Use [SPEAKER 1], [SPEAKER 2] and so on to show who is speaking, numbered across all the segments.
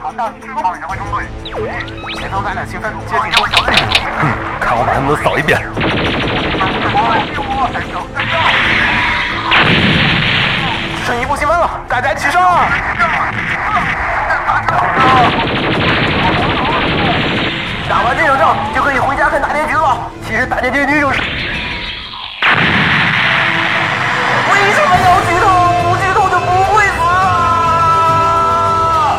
[SPEAKER 1] 好，到指挥棒指挥中队，前方咱俩清分，接近多小队。
[SPEAKER 2] 看我把他们都扫一遍。
[SPEAKER 1] 剩一步积分了，大家齐上！打完这场仗就可以回家看大结局了。其实大结局就是……为什么要剧透？不剧透就不会死啊！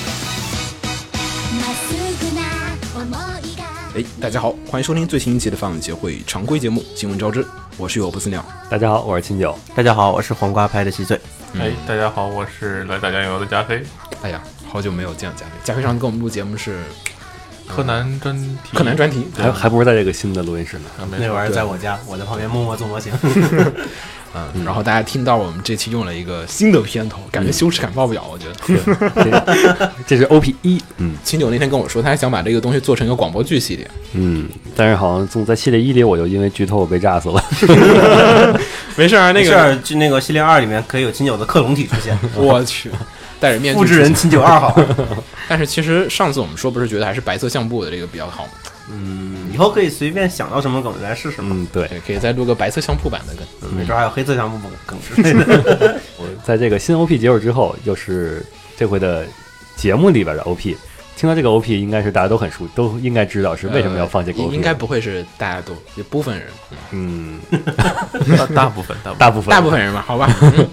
[SPEAKER 3] まっすぐな思いが
[SPEAKER 4] 哎，大家好，欢迎收听最新一期的放映协会常规节目《新闻招之》，我是有不死鸟。
[SPEAKER 2] 大家好，我是清酒。
[SPEAKER 5] 大家好，我是黄瓜派的西醉。
[SPEAKER 4] 嗯
[SPEAKER 6] 哎，大家好，我是来打酱油的加菲。
[SPEAKER 4] 哎呀，好久没有见嗯了加菲，加菲上次跟我们录节目是
[SPEAKER 6] 柯南专题，
[SPEAKER 4] 柯南专题，对
[SPEAKER 2] 还还不如在这个新的录音室呢。
[SPEAKER 6] 啊，没
[SPEAKER 5] 那
[SPEAKER 6] 错，
[SPEAKER 5] 玩意儿在我家，我在旁边默默做模 型。
[SPEAKER 4] 嗯，然后大家听到我们这期用了一个新的片头，感觉羞耻感爆表，我觉得。
[SPEAKER 2] 这是 OP 一，嗯
[SPEAKER 4] 秦九那天跟我说，他还想把这个东西做成一个广播剧系列，
[SPEAKER 2] 嗯，但是好像总在系列一里，我就因为剧透被炸死了。
[SPEAKER 4] 没事啊，那
[SPEAKER 5] 没事
[SPEAKER 4] 个
[SPEAKER 5] 儿，就那个系列二里面可以有金九的克隆体出 现，
[SPEAKER 4] 我去，戴着面具
[SPEAKER 5] 复制人金九二 号。
[SPEAKER 4] 但是其实上次我们说不是觉得还是白色相簿的这个比较好吗？
[SPEAKER 5] 以后可以随便想到什么梗来试试嘛，
[SPEAKER 2] 嗯，对，
[SPEAKER 4] 对，可以再录个白色相簿版的跟。
[SPEAKER 5] 没准还有黑色相簿梗之类 的。
[SPEAKER 2] 在这个新 OP 结束之后，又是这回的节目里边的 OP。听到这个 OP，应该是大家都很熟，都应该知道是为什么要放这个
[SPEAKER 4] 呃
[SPEAKER 2] OP。
[SPEAKER 4] 应应该不会是大家都，有部分人，嗯
[SPEAKER 2] 嗯，
[SPEAKER 6] 大呃大部分 大部分
[SPEAKER 2] 大部分
[SPEAKER 4] 大部分人吧，好吧。 嗯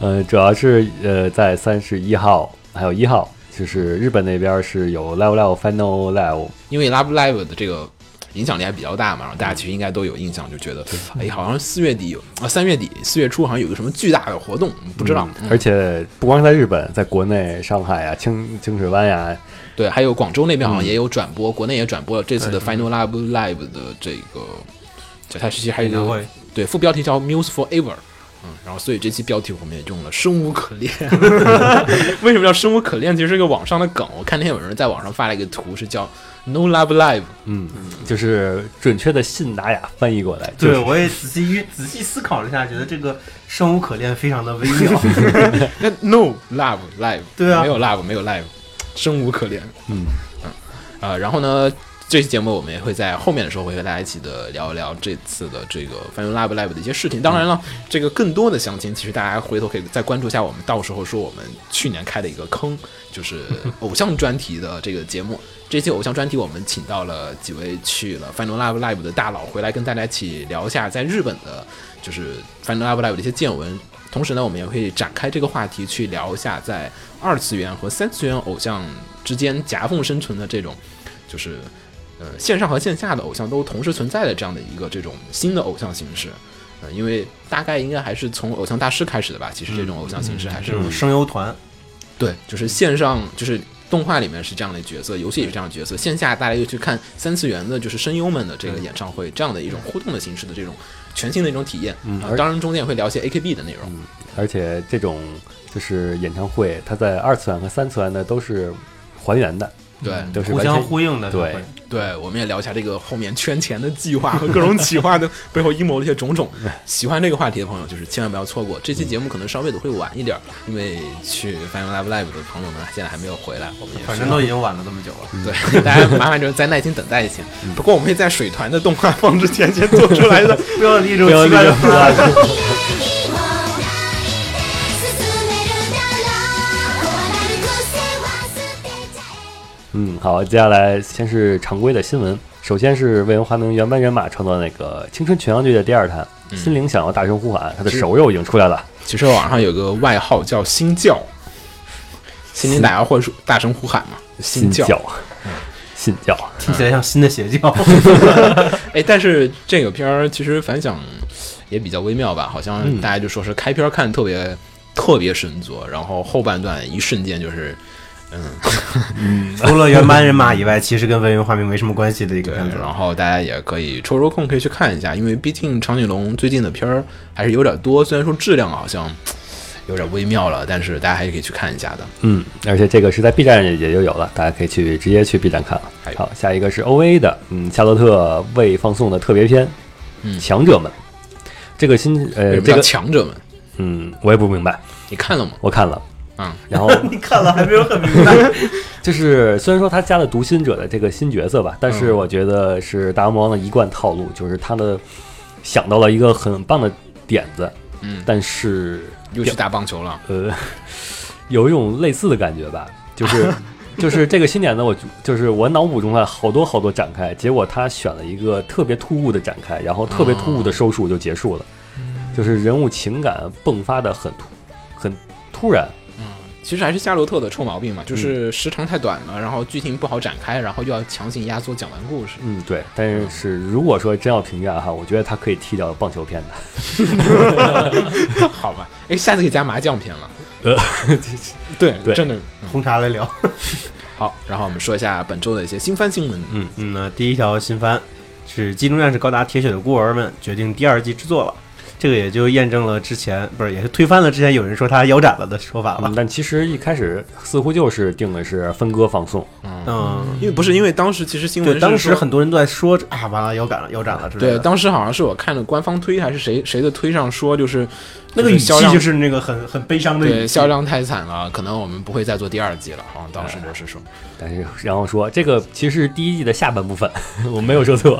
[SPEAKER 2] 呃，主要是呃，在三十一号还有一号，就是日本那边是有 Live Live Final Live，
[SPEAKER 4] 因为 Love Live 的这个影响力还比较大嘛，然后大家其实应该都有印象，就觉得，哎，好像四月底有啊，三月底、四月初好像有个什么巨大的活动，不知道。
[SPEAKER 2] 嗯而且不光是在日本，在国内上海啊、清清水湾呀、
[SPEAKER 4] 对，还有广州那边
[SPEAKER 2] 嗯
[SPEAKER 4] 好像也有转播，国内也转播了这次的 Final Love Live 的这个，这它其实还有一
[SPEAKER 5] 演唱
[SPEAKER 4] 个
[SPEAKER 5] 会
[SPEAKER 4] 对副标题叫 Muse Forever。嗯，然后所以这期标题我们也用了“生无可恋” 。为什么叫“生无可恋”？其实是一个网上的梗。我看那天有人在网上发了一个图，是叫 “No Love Live”。
[SPEAKER 2] 嗯，就是准确的信达雅翻译过来，就
[SPEAKER 5] 对，
[SPEAKER 2] 是
[SPEAKER 5] 我也仔细一仔细思考了一下，觉得这个生无可恋非常的微 妙。
[SPEAKER 4] 那 no love live，
[SPEAKER 5] 对啊
[SPEAKER 4] 没有 love，没有 live，生无可恋。
[SPEAKER 2] 嗯
[SPEAKER 4] 啊、然后呢，这期节目我们也会在后面的时候会和大家一起的聊一聊这次的这个 Final Love Live 的一些事情。当然了，这个更多的详情，其实大家回头可以再关注一下我们到时候说我们去年开的一个坑，就是偶像专题的这个节目。这期偶像专题我们请到了几位去了 Final Love Live 的大佬回来跟大家一起聊一下在日本的，就是 Final Love Live 的一些见闻。同时呢，我们也会展开这个话题去聊一下在二次元和三次元偶像之间夹缝生存的这种就是呃线上和线下的偶像都同时存在的这样的一个这种新的偶像形式。呃，因为大概应该还是从偶像大师开始的吧。其实这种偶像形式还是、
[SPEAKER 5] 这种声优团，
[SPEAKER 4] 对，就是线上就是动画里面是这样的角色，游戏也是这样的角色，线下大家又去看三次元的，就是声优们的这个演唱会，这样的一种互动的形式的这种全新的一种体验。嗯
[SPEAKER 2] 而
[SPEAKER 4] 当然中间也会聊一些 AKB 的内容。
[SPEAKER 2] 而且这种就是演唱会，它在二次元和三次元的都是还原的，
[SPEAKER 4] 对
[SPEAKER 2] 都是
[SPEAKER 5] 互
[SPEAKER 2] 完
[SPEAKER 5] 相
[SPEAKER 2] 全
[SPEAKER 5] 呼应的，
[SPEAKER 2] 对
[SPEAKER 5] 会
[SPEAKER 4] 对，我们也聊一下这个后面圈钱的计划和各种企划的 背后阴谋的一些种种。喜欢这个话题的朋友，就是千万不要错过这期节目，可能稍微的会晚一点儿，因为去 Final Live Live 的朋友们啊现在还没有回来，我们也
[SPEAKER 5] 反
[SPEAKER 4] 是
[SPEAKER 5] 正都已经晚了这么久了。
[SPEAKER 4] 对，大家麻烦就是再耐心等待一些。不过我们会在水团的动画放之前先做出来的。
[SPEAKER 5] 啊不要立这
[SPEAKER 2] 不要
[SPEAKER 5] 种奇怪的
[SPEAKER 2] 立这种
[SPEAKER 5] 方案
[SPEAKER 3] 「進めるだろう」「壊らないで」「癖は捨てちゃえ」
[SPEAKER 2] 嗯，好，接下来先是常规的新闻。首先是未文化能原班人马创作那个《青春群像剧》的第二弹，
[SPEAKER 4] 嗯
[SPEAKER 2] 心灵想要大声呼喊，他的手游已经出来了。
[SPEAKER 4] 其实网上有个外号叫“新教”，心灵打家或者大声呼喊嘛，新
[SPEAKER 2] 信
[SPEAKER 4] 教。
[SPEAKER 2] 教，信教，
[SPEAKER 5] 听起来像新的邪 教。
[SPEAKER 4] 哎，但是这个片儿其实反响也比较微妙吧，好像大家就说是开篇儿看特别、特别神作，然后后半段一瞬间就是
[SPEAKER 5] 除了原班人马以外，其实跟文员画面没什么关系的一个
[SPEAKER 4] 对，
[SPEAKER 5] 片子。
[SPEAKER 4] 然后大家也可以抽抽空可以去看一下，因为毕竟长颈龙最近的片儿还是有点多，虽然说质量好像嘖有点微妙了，但是大家还是可以去看一下的。
[SPEAKER 2] 嗯，而且这个是在 B 站也也就有了，大家可以去直接去 B 站看了
[SPEAKER 4] 哎。
[SPEAKER 2] 好，下一个是 OVA 的，嗯，夏洛特未放送的特别篇，
[SPEAKER 4] 嗯
[SPEAKER 2] 强者们。这个新
[SPEAKER 4] 为
[SPEAKER 2] 呃，
[SPEAKER 4] 什么
[SPEAKER 2] 这
[SPEAKER 4] 叫
[SPEAKER 2] 个
[SPEAKER 4] 强者们，
[SPEAKER 2] 嗯，我也不明白，
[SPEAKER 4] 你看了吗？
[SPEAKER 2] 我看了，
[SPEAKER 4] 啊，
[SPEAKER 2] 然后
[SPEAKER 5] 你看了还没有很明 白，
[SPEAKER 2] 就是 虽然说他加了读心者的这个新角色吧，但是
[SPEAKER 4] 嗯
[SPEAKER 2] 我觉得是大魔王的一贯套路，就是他的想到了一个很棒的点子，
[SPEAKER 4] 嗯
[SPEAKER 2] 但是
[SPEAKER 4] 又去打棒球了。
[SPEAKER 2] 呃，有一种类似的感觉吧，就是就是这个新点子，我就是我脑补中啊好多好多展开，结果他选了一个特别突兀的展开，然后特别突兀的收束就结束了，就是人物情感迸发的很突很突然，
[SPEAKER 4] 其实还是夏洛特的臭毛病嘛，就是时长太短了，然后剧情不好展开，然后又要强行压缩讲完故事。
[SPEAKER 2] 嗯，对。但是如果说真要评价哈，我觉得他可以踢掉棒球片的，
[SPEAKER 4] 好吧，哎，下次可以加麻将片了。
[SPEAKER 2] 呃，
[SPEAKER 4] 对
[SPEAKER 2] 对
[SPEAKER 4] 真的
[SPEAKER 5] 红茶来聊。
[SPEAKER 4] 好。然后我们说一下本周的一些新番新闻。
[SPEAKER 2] 嗯
[SPEAKER 5] 嗯，那第一条新番是《机动战士高达铁血的孤儿们》决定第二季制作了，这个也就验证了之前不是，也是推翻了之前有人说他腰斩了的说法
[SPEAKER 2] 嗯
[SPEAKER 5] 了。
[SPEAKER 2] 但其实一开始似乎就是定的是分割放送，
[SPEAKER 4] 嗯，
[SPEAKER 5] 嗯，
[SPEAKER 4] 因为不是因为当时其实新闻是
[SPEAKER 5] 对，当时
[SPEAKER 4] 说
[SPEAKER 5] 很多人都在说，哎呀，完了腰斩了，腰斩了之类
[SPEAKER 4] 对，
[SPEAKER 5] 的。
[SPEAKER 4] 当时好像是我看了官方推还是谁谁的推上说，就是
[SPEAKER 5] 那个
[SPEAKER 4] 就
[SPEAKER 5] 语
[SPEAKER 4] 是销
[SPEAKER 5] 气
[SPEAKER 4] 量
[SPEAKER 5] 就是那个很很悲伤的语
[SPEAKER 4] 对
[SPEAKER 5] 气
[SPEAKER 4] 销。量太惨了，可能我们不会再做第二季了。好像当时就是说，
[SPEAKER 2] 但是然后说这个其实是第一季的下半部分， 我没有说错，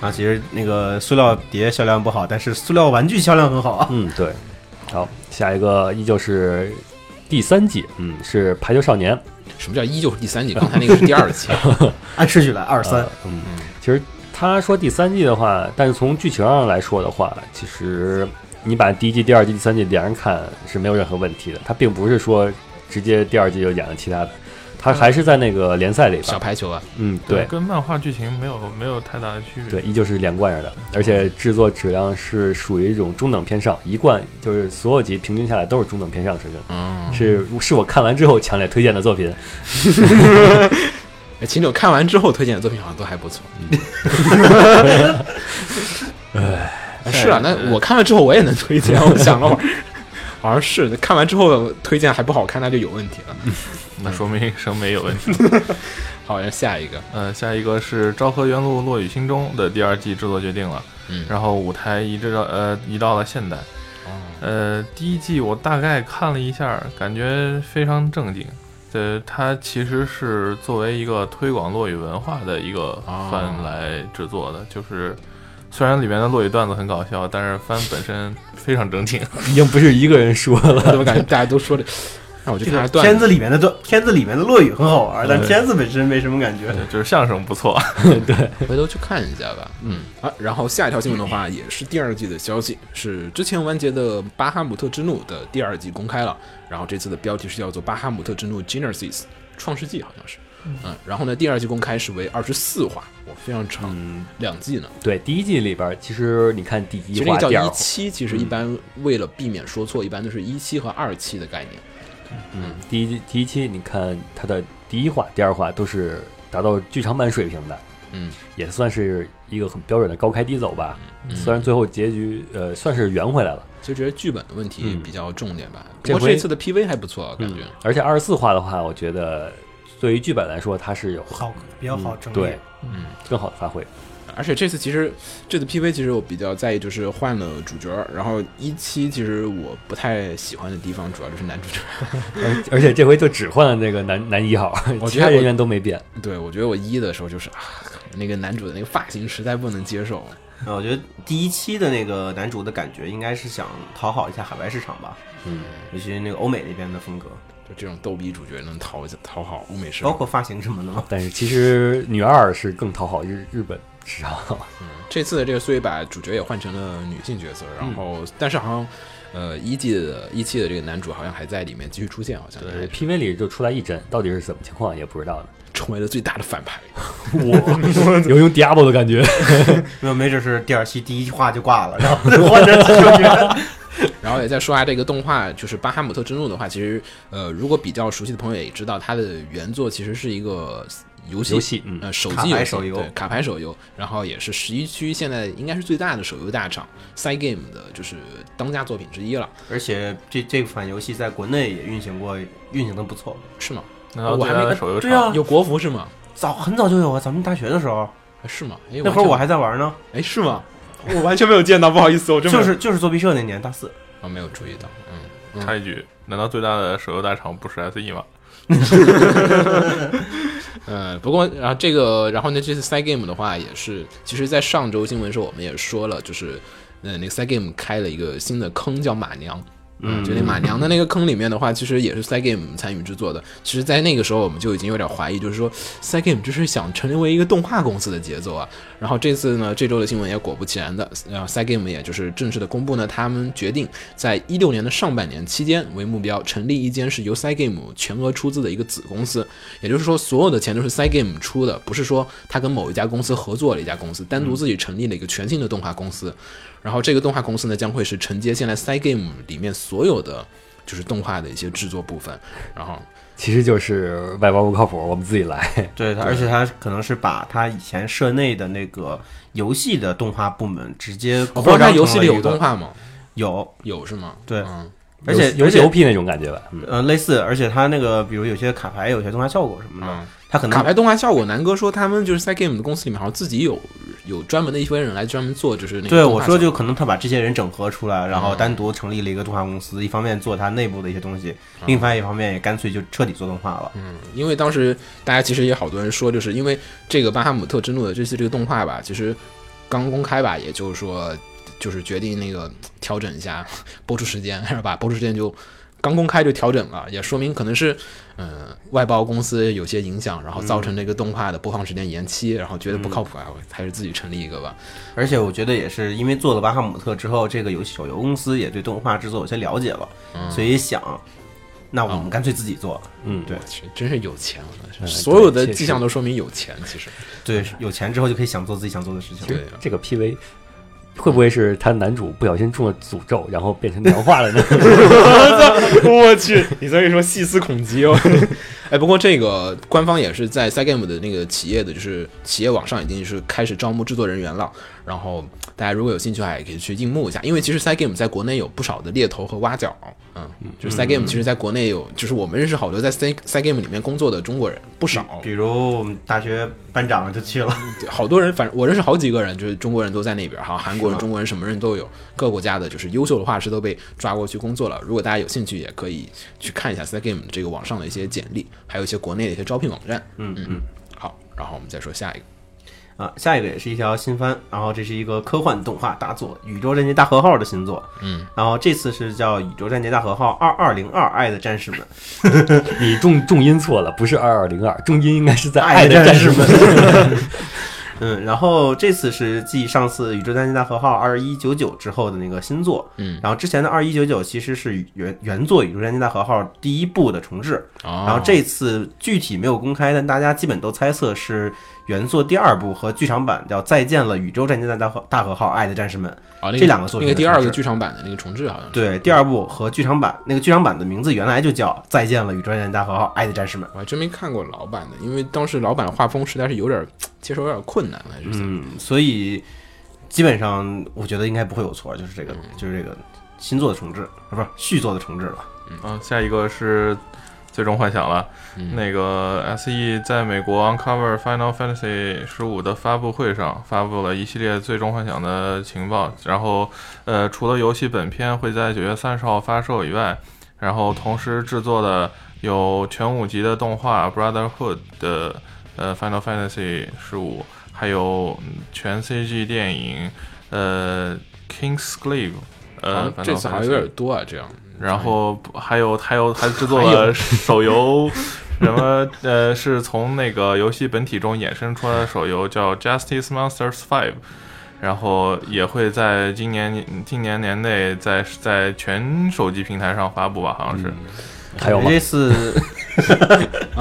[SPEAKER 5] 啊，其实那个塑料碟销量不好，但是塑料玩具销量很好啊。
[SPEAKER 2] 嗯，对。好，下一个依旧是第三季，嗯，是《排球少年》
[SPEAKER 4] 什么叫依旧是第三季？刚才那个是第 二季。
[SPEAKER 5] 按顺序来，二
[SPEAKER 2] 呃
[SPEAKER 5] 三。
[SPEAKER 2] 嗯，其实他说第三季的话，但是从剧情上来说的话，其实你把第一季、第二季、第三季连着看是没有任何问题的。他并不是说直接第二季就演了其他的，他还是在那个联赛里边
[SPEAKER 4] 嗯小。排球啊，
[SPEAKER 2] 嗯，对
[SPEAKER 6] 跟漫画剧情没有没有太大的区别。
[SPEAKER 2] 对，，依旧是连贯着的，而且制作质量是属于一种中等偏上，一贯就是所有集平均下来都是中等偏上水准。
[SPEAKER 4] 嗯，
[SPEAKER 2] 是是我看完之后强烈推荐的作品。
[SPEAKER 4] 哎秦九看完之后推荐的作品好像都还不错。哎，是啊，那我看了之后我也能推荐。我想了会儿，好像是看完之后推荐还不好看，那就有问题了。
[SPEAKER 6] 那说明审美有问题。
[SPEAKER 4] 好，然后下一个，
[SPEAKER 6] 呃，下一个是《昭和元路落雨心中》的第二季制作决定了，
[SPEAKER 4] 嗯哦
[SPEAKER 6] 然后舞台移植到呃移到了现代。呃，第一季我大概看了一下，感觉非常正经。呃，它其实是作为一个推广落语文化的一个
[SPEAKER 4] 哦
[SPEAKER 6] 番来制作的，就是虽然里面的落语段子很搞笑，但是番本身非常正经。
[SPEAKER 2] 已经不是一个人说了。
[SPEAKER 4] 我怎么感觉大家都说的？那我就
[SPEAKER 5] 这
[SPEAKER 4] 看下
[SPEAKER 5] 个
[SPEAKER 4] 段
[SPEAKER 5] 片
[SPEAKER 4] 子。
[SPEAKER 5] 子里面的段，片子里面的落雨很好玩，但
[SPEAKER 6] 对
[SPEAKER 5] 片子本身没什么感觉。
[SPEAKER 6] 对，就是相声不 错。
[SPEAKER 4] 回头去看一下吧。嗯啊，然后下一条新闻的话，也是第二季的消息，是之前完结的《巴哈姆特之怒》的第二季公开了，然后这次的标题是叫做《巴哈姆特之怒 Genesis 创世纪》，好像是。嗯，然后呢，第二季公开是为二十四话，哇，非常长，
[SPEAKER 2] 嗯，
[SPEAKER 4] 两季呢。
[SPEAKER 2] 对，第一季里边儿其实你看第
[SPEAKER 4] 其
[SPEAKER 2] 一
[SPEAKER 4] 实那
[SPEAKER 2] 话、
[SPEAKER 4] 个
[SPEAKER 2] 第
[SPEAKER 4] 叫
[SPEAKER 2] 二
[SPEAKER 4] 一
[SPEAKER 2] 话，
[SPEAKER 4] 期，其实一般为了避免说错，一般都是一期和二期的概念。
[SPEAKER 2] 嗯，第一第一期你看它的第一话、第二话都是达到剧场版水平的，
[SPEAKER 4] 嗯，
[SPEAKER 2] 也算是一个很标准的高开低走吧。
[SPEAKER 4] 嗯
[SPEAKER 2] 虽然最后结局呃算是圆回来了，
[SPEAKER 4] 所以觉得剧本的问题
[SPEAKER 2] 嗯
[SPEAKER 4] 比较重点吧。不
[SPEAKER 2] 这
[SPEAKER 4] 过
[SPEAKER 2] 回
[SPEAKER 4] 这次的 PV 还不错，感觉。
[SPEAKER 2] 嗯而且二十四话的话，我觉得对于剧本来说它是有
[SPEAKER 5] 好，比较好整理。
[SPEAKER 2] 对
[SPEAKER 4] 嗯
[SPEAKER 2] 更好的发挥。
[SPEAKER 4] 而且这次其实这次 PV 其实我比较在意，就是换了主角儿。然后一期其实我不太喜欢的地方，主要就是男主角。
[SPEAKER 2] 而而且这回就只换了那个男男一号
[SPEAKER 4] 我，觉
[SPEAKER 2] 其
[SPEAKER 4] 得
[SPEAKER 2] 他
[SPEAKER 4] 我
[SPEAKER 2] 人员都没变。
[SPEAKER 4] 对我觉得我一的时候就是啊，那个男主的那个发型实在不能接受。
[SPEAKER 5] 啊，我觉得第一期的那个男主的感觉应该是想讨好一下海外市场吧，
[SPEAKER 2] 嗯，
[SPEAKER 5] 尤其那个欧美那边的风格，
[SPEAKER 4] 就这种逗逼主角能讨讨好欧美市
[SPEAKER 5] 包
[SPEAKER 4] 场，
[SPEAKER 5] 括发型什么的嘛。
[SPEAKER 2] 但是其实女二是更讨好日日本市场。
[SPEAKER 4] 这次的这个所以把主角也换成了女性角色，
[SPEAKER 5] 嗯
[SPEAKER 4] 然后、但是好像呃一季的一期的这个男主好像还在里面继续出现，好像
[SPEAKER 2] 对，PV 哎里就出来一帧，到底是怎么情况也不知道呢。
[SPEAKER 4] 成为了最大的反派。
[SPEAKER 2] 我 有一种 Diablo 的感觉。
[SPEAKER 5] 没有，没准是第二期第一话就挂了，然后再换成主角。
[SPEAKER 4] 然后也在说啊下这个动画，就是《巴哈姆特之怒》的话，其实呃，如果比较熟悉的朋友也知道，它的原作其实是一个游戏，
[SPEAKER 2] 游戏嗯
[SPEAKER 4] 呃，手
[SPEAKER 5] 卡
[SPEAKER 4] 机
[SPEAKER 5] 牌
[SPEAKER 4] 游戏
[SPEAKER 5] 手游
[SPEAKER 4] 对卡牌手游，然后也是十一区现在应该是最大的手游大厂 c Game 的，就是当家作品之一了，
[SPEAKER 5] 而且这这款游戏在国内也运行过，运行的不错。
[SPEAKER 4] 是吗？
[SPEAKER 6] 难道
[SPEAKER 4] 我还
[SPEAKER 6] 最大
[SPEAKER 4] 没
[SPEAKER 6] 的手游
[SPEAKER 5] 对
[SPEAKER 6] 厂
[SPEAKER 5] 啊
[SPEAKER 4] 有国服是吗？
[SPEAKER 5] 早很早就有啊，咱们大学的时候，
[SPEAKER 4] 哎是吗？哎
[SPEAKER 5] 那会儿我还在玩呢，
[SPEAKER 4] 哎是吗？ 我完全没有见到，不好意思，我真没
[SPEAKER 5] 就
[SPEAKER 4] 有
[SPEAKER 5] 是就是做毕设那年大四，
[SPEAKER 4] 啊没有注意到，嗯，
[SPEAKER 6] 插一句，难道最大的手游大厂不是 SE 吗？
[SPEAKER 4] 呃，不过然后这个，然后呢，这次 Side Game 的话也是，其实，在上周新闻时候我们也说了，就是呃，那个 Side Game 开了一个新的坑，叫马娘。嗯，就那马娘的那个坑里面的话，其实也是 Side Game 参与制作的。其实，在那个时候我们就已经有点怀疑，就是说 Side Game 这是想成为一个动画公司的节奏啊。然后这次呢，这周的新闻也果不其然的，然后 Side Game 也就是正式的公布呢，他们决定在一六年的上半年期间为目标，成立一间是由 Side Game 全额出资的一个子公司。也就是说，所有的钱都是 Side Game 出的，不是说他跟某一家公司合作了一家公司，单独自己成立了一个全新的动画公司。然后这个动画公司呢，将会是承接现在 Side Game 里面所有的就是动画的一些制作部分。然后
[SPEAKER 2] 其实就是外包不靠谱，我们自己 来。
[SPEAKER 5] 对他，而且他可能是把他以前社内的那个游戏的动画部门直接
[SPEAKER 4] 我不
[SPEAKER 5] 哦扩
[SPEAKER 4] 知道
[SPEAKER 5] 张
[SPEAKER 4] 游戏
[SPEAKER 5] 成
[SPEAKER 4] 里
[SPEAKER 5] 了
[SPEAKER 4] 有
[SPEAKER 5] 一
[SPEAKER 4] 动
[SPEAKER 5] 个
[SPEAKER 4] 画吗？
[SPEAKER 5] 有，
[SPEAKER 4] 有是吗？
[SPEAKER 5] 对
[SPEAKER 4] 嗯，
[SPEAKER 5] 而且
[SPEAKER 2] 游
[SPEAKER 5] 而
[SPEAKER 2] 戏
[SPEAKER 5] 且
[SPEAKER 2] OP 那种感觉吧，嗯，
[SPEAKER 5] 呃类似，而且他那个比如有些卡牌，有些动画效果什么
[SPEAKER 4] 嗯
[SPEAKER 5] 的，他可
[SPEAKER 4] 卡
[SPEAKER 5] 能
[SPEAKER 4] 牌动画效果，南哥说他们就是 Side Game 的公司里面好像自己有有专门的一批人来专门做，就是那个
[SPEAKER 5] 对
[SPEAKER 4] 动画
[SPEAKER 5] 我说
[SPEAKER 4] 效
[SPEAKER 5] 就
[SPEAKER 4] 果
[SPEAKER 5] 可能他把这些人整合出来，然后
[SPEAKER 4] 嗯
[SPEAKER 5] 单独成立了一个动画公司，一方面做他内部的一些东西，
[SPEAKER 4] 嗯
[SPEAKER 5] 另外一方面也干脆就彻底做动画了。
[SPEAKER 4] 因为当时大家其实也好多人说，就是因为这个《巴哈姆特之怒》的这次这个动画吧，其实刚公开吧，也就是说，就是决定那个调整一下 播出时间，是吧？播出时间就刚公开就调整了，也说明可能是嗯、呃外包公司有些影响，然后造成这个动画的播放时间延期，然后觉得不靠谱啊，我还是自己成立一个吧。
[SPEAKER 5] 而且我觉得也是因为做了巴哈姆特之后，这个游戏手游公司也对动画制作有些了解了，
[SPEAKER 4] 嗯
[SPEAKER 5] 所以想，那我们干脆自己做。
[SPEAKER 4] 去，真是有钱了，
[SPEAKER 2] 嗯
[SPEAKER 4] 所有的
[SPEAKER 2] 对
[SPEAKER 4] 迹象
[SPEAKER 2] 确实
[SPEAKER 4] 都说明有钱，其实
[SPEAKER 5] 对，有钱之后就可以想做自己想做的事情。
[SPEAKER 4] 嗯对。
[SPEAKER 2] 这个 PV 会不会是他男主不小心中了诅咒，然后变成娘化 了呢？
[SPEAKER 4] 我去，你这一说细思恐极哦。 哎，不过这个官方也是在 s i Game 的那个企业的，就是企业网上已经是开始招募制作人员了。然后大家如果有兴趣的话，也可以去应募一下，因为其实 s i Game 在国内有不少的猎头和挖角。嗯，就是 s i Game 其实在国内有，就是我们认识好多在 s i s i Game 里面工作的中国人不少，
[SPEAKER 5] 比如我们大学班长就去了，
[SPEAKER 4] 好多人，反正我认识好几个人，就是中国人都在那边
[SPEAKER 5] 啊
[SPEAKER 4] 哈，韩国人、中国人什么人都有，各国家的就是优秀的画师都被抓过去工作了。如果大家有兴趣，也可以去看一下 Side Game 这个网上的一些简历，还有一些国内的一些招聘网站。嗯嗯，好，然后我们再说下一个。
[SPEAKER 5] 啊，下一个也是一条新番，然后这是一个科幻动画大作《宇宙战舰大和号》的新作，嗯，然后这次是叫《宇宙战舰大和号二二零二爱的战士们》，
[SPEAKER 2] 你重重音错了，不是二二零二，重音应该是在爱
[SPEAKER 5] 爱
[SPEAKER 2] 的战
[SPEAKER 5] 战
[SPEAKER 2] 士们。
[SPEAKER 5] 们。 嗯，然后这次是继上次《宇宙战舰大和号》二一九九之后的那个新作，
[SPEAKER 4] 嗯
[SPEAKER 5] 然后之前的二一九九其实是原原作《宇宙战舰大和号》第一部的重置，
[SPEAKER 4] 哦
[SPEAKER 5] 然后这次具体没有公开，但大家基本都猜测是原作第二部和剧场版叫《再见了宇宙战舰大和大和号爱的战士们》。
[SPEAKER 4] 啊，那
[SPEAKER 5] 这两个作品
[SPEAKER 4] 那个第二
[SPEAKER 5] 的
[SPEAKER 4] 个
[SPEAKER 5] 重置
[SPEAKER 4] 剧场版的那个重置好像是。
[SPEAKER 5] 对，第二部和剧场版那个剧场版的名字原来就叫《再见了宇宙战舰大和号爱的战士们》。
[SPEAKER 4] 我还真没看过老版的，因为当时老版画风实在是有点儿接受有点儿困难，还是怎么
[SPEAKER 5] 嗯，所以基本上我觉得应该不会有错，就是这个，就是这个新作的重置，啊，不是续作的重置了。
[SPEAKER 6] 啊，下一个是《最终幻想》了。
[SPEAKER 4] 嗯
[SPEAKER 6] 那个 SE 在美国 Uncover Final Fantasy 十五的发布会上发布了一系列《最终幻想》的情报，然后呃，除了游戏本片会在九月三十号发售以外，然后同时制作的有全五集的动画《Brotherhood》的呃《Final Fantasy 十五》，还有嗯全 CG 电影呃《King's Glaive》呃
[SPEAKER 5] 嗯
[SPEAKER 4] 好，像这
[SPEAKER 6] Final
[SPEAKER 4] 次好像
[SPEAKER 6] Fantasy
[SPEAKER 4] 有点多啊，这样。
[SPEAKER 6] 然后还有还有还制作了手游，什么呃是从那个游戏本体中衍生出来的手游叫《Justice Monsters Five》，然后也会在今年今年年内在在全手机平台上发布吧，好像是，
[SPEAKER 2] 还有吗？
[SPEAKER 5] 这次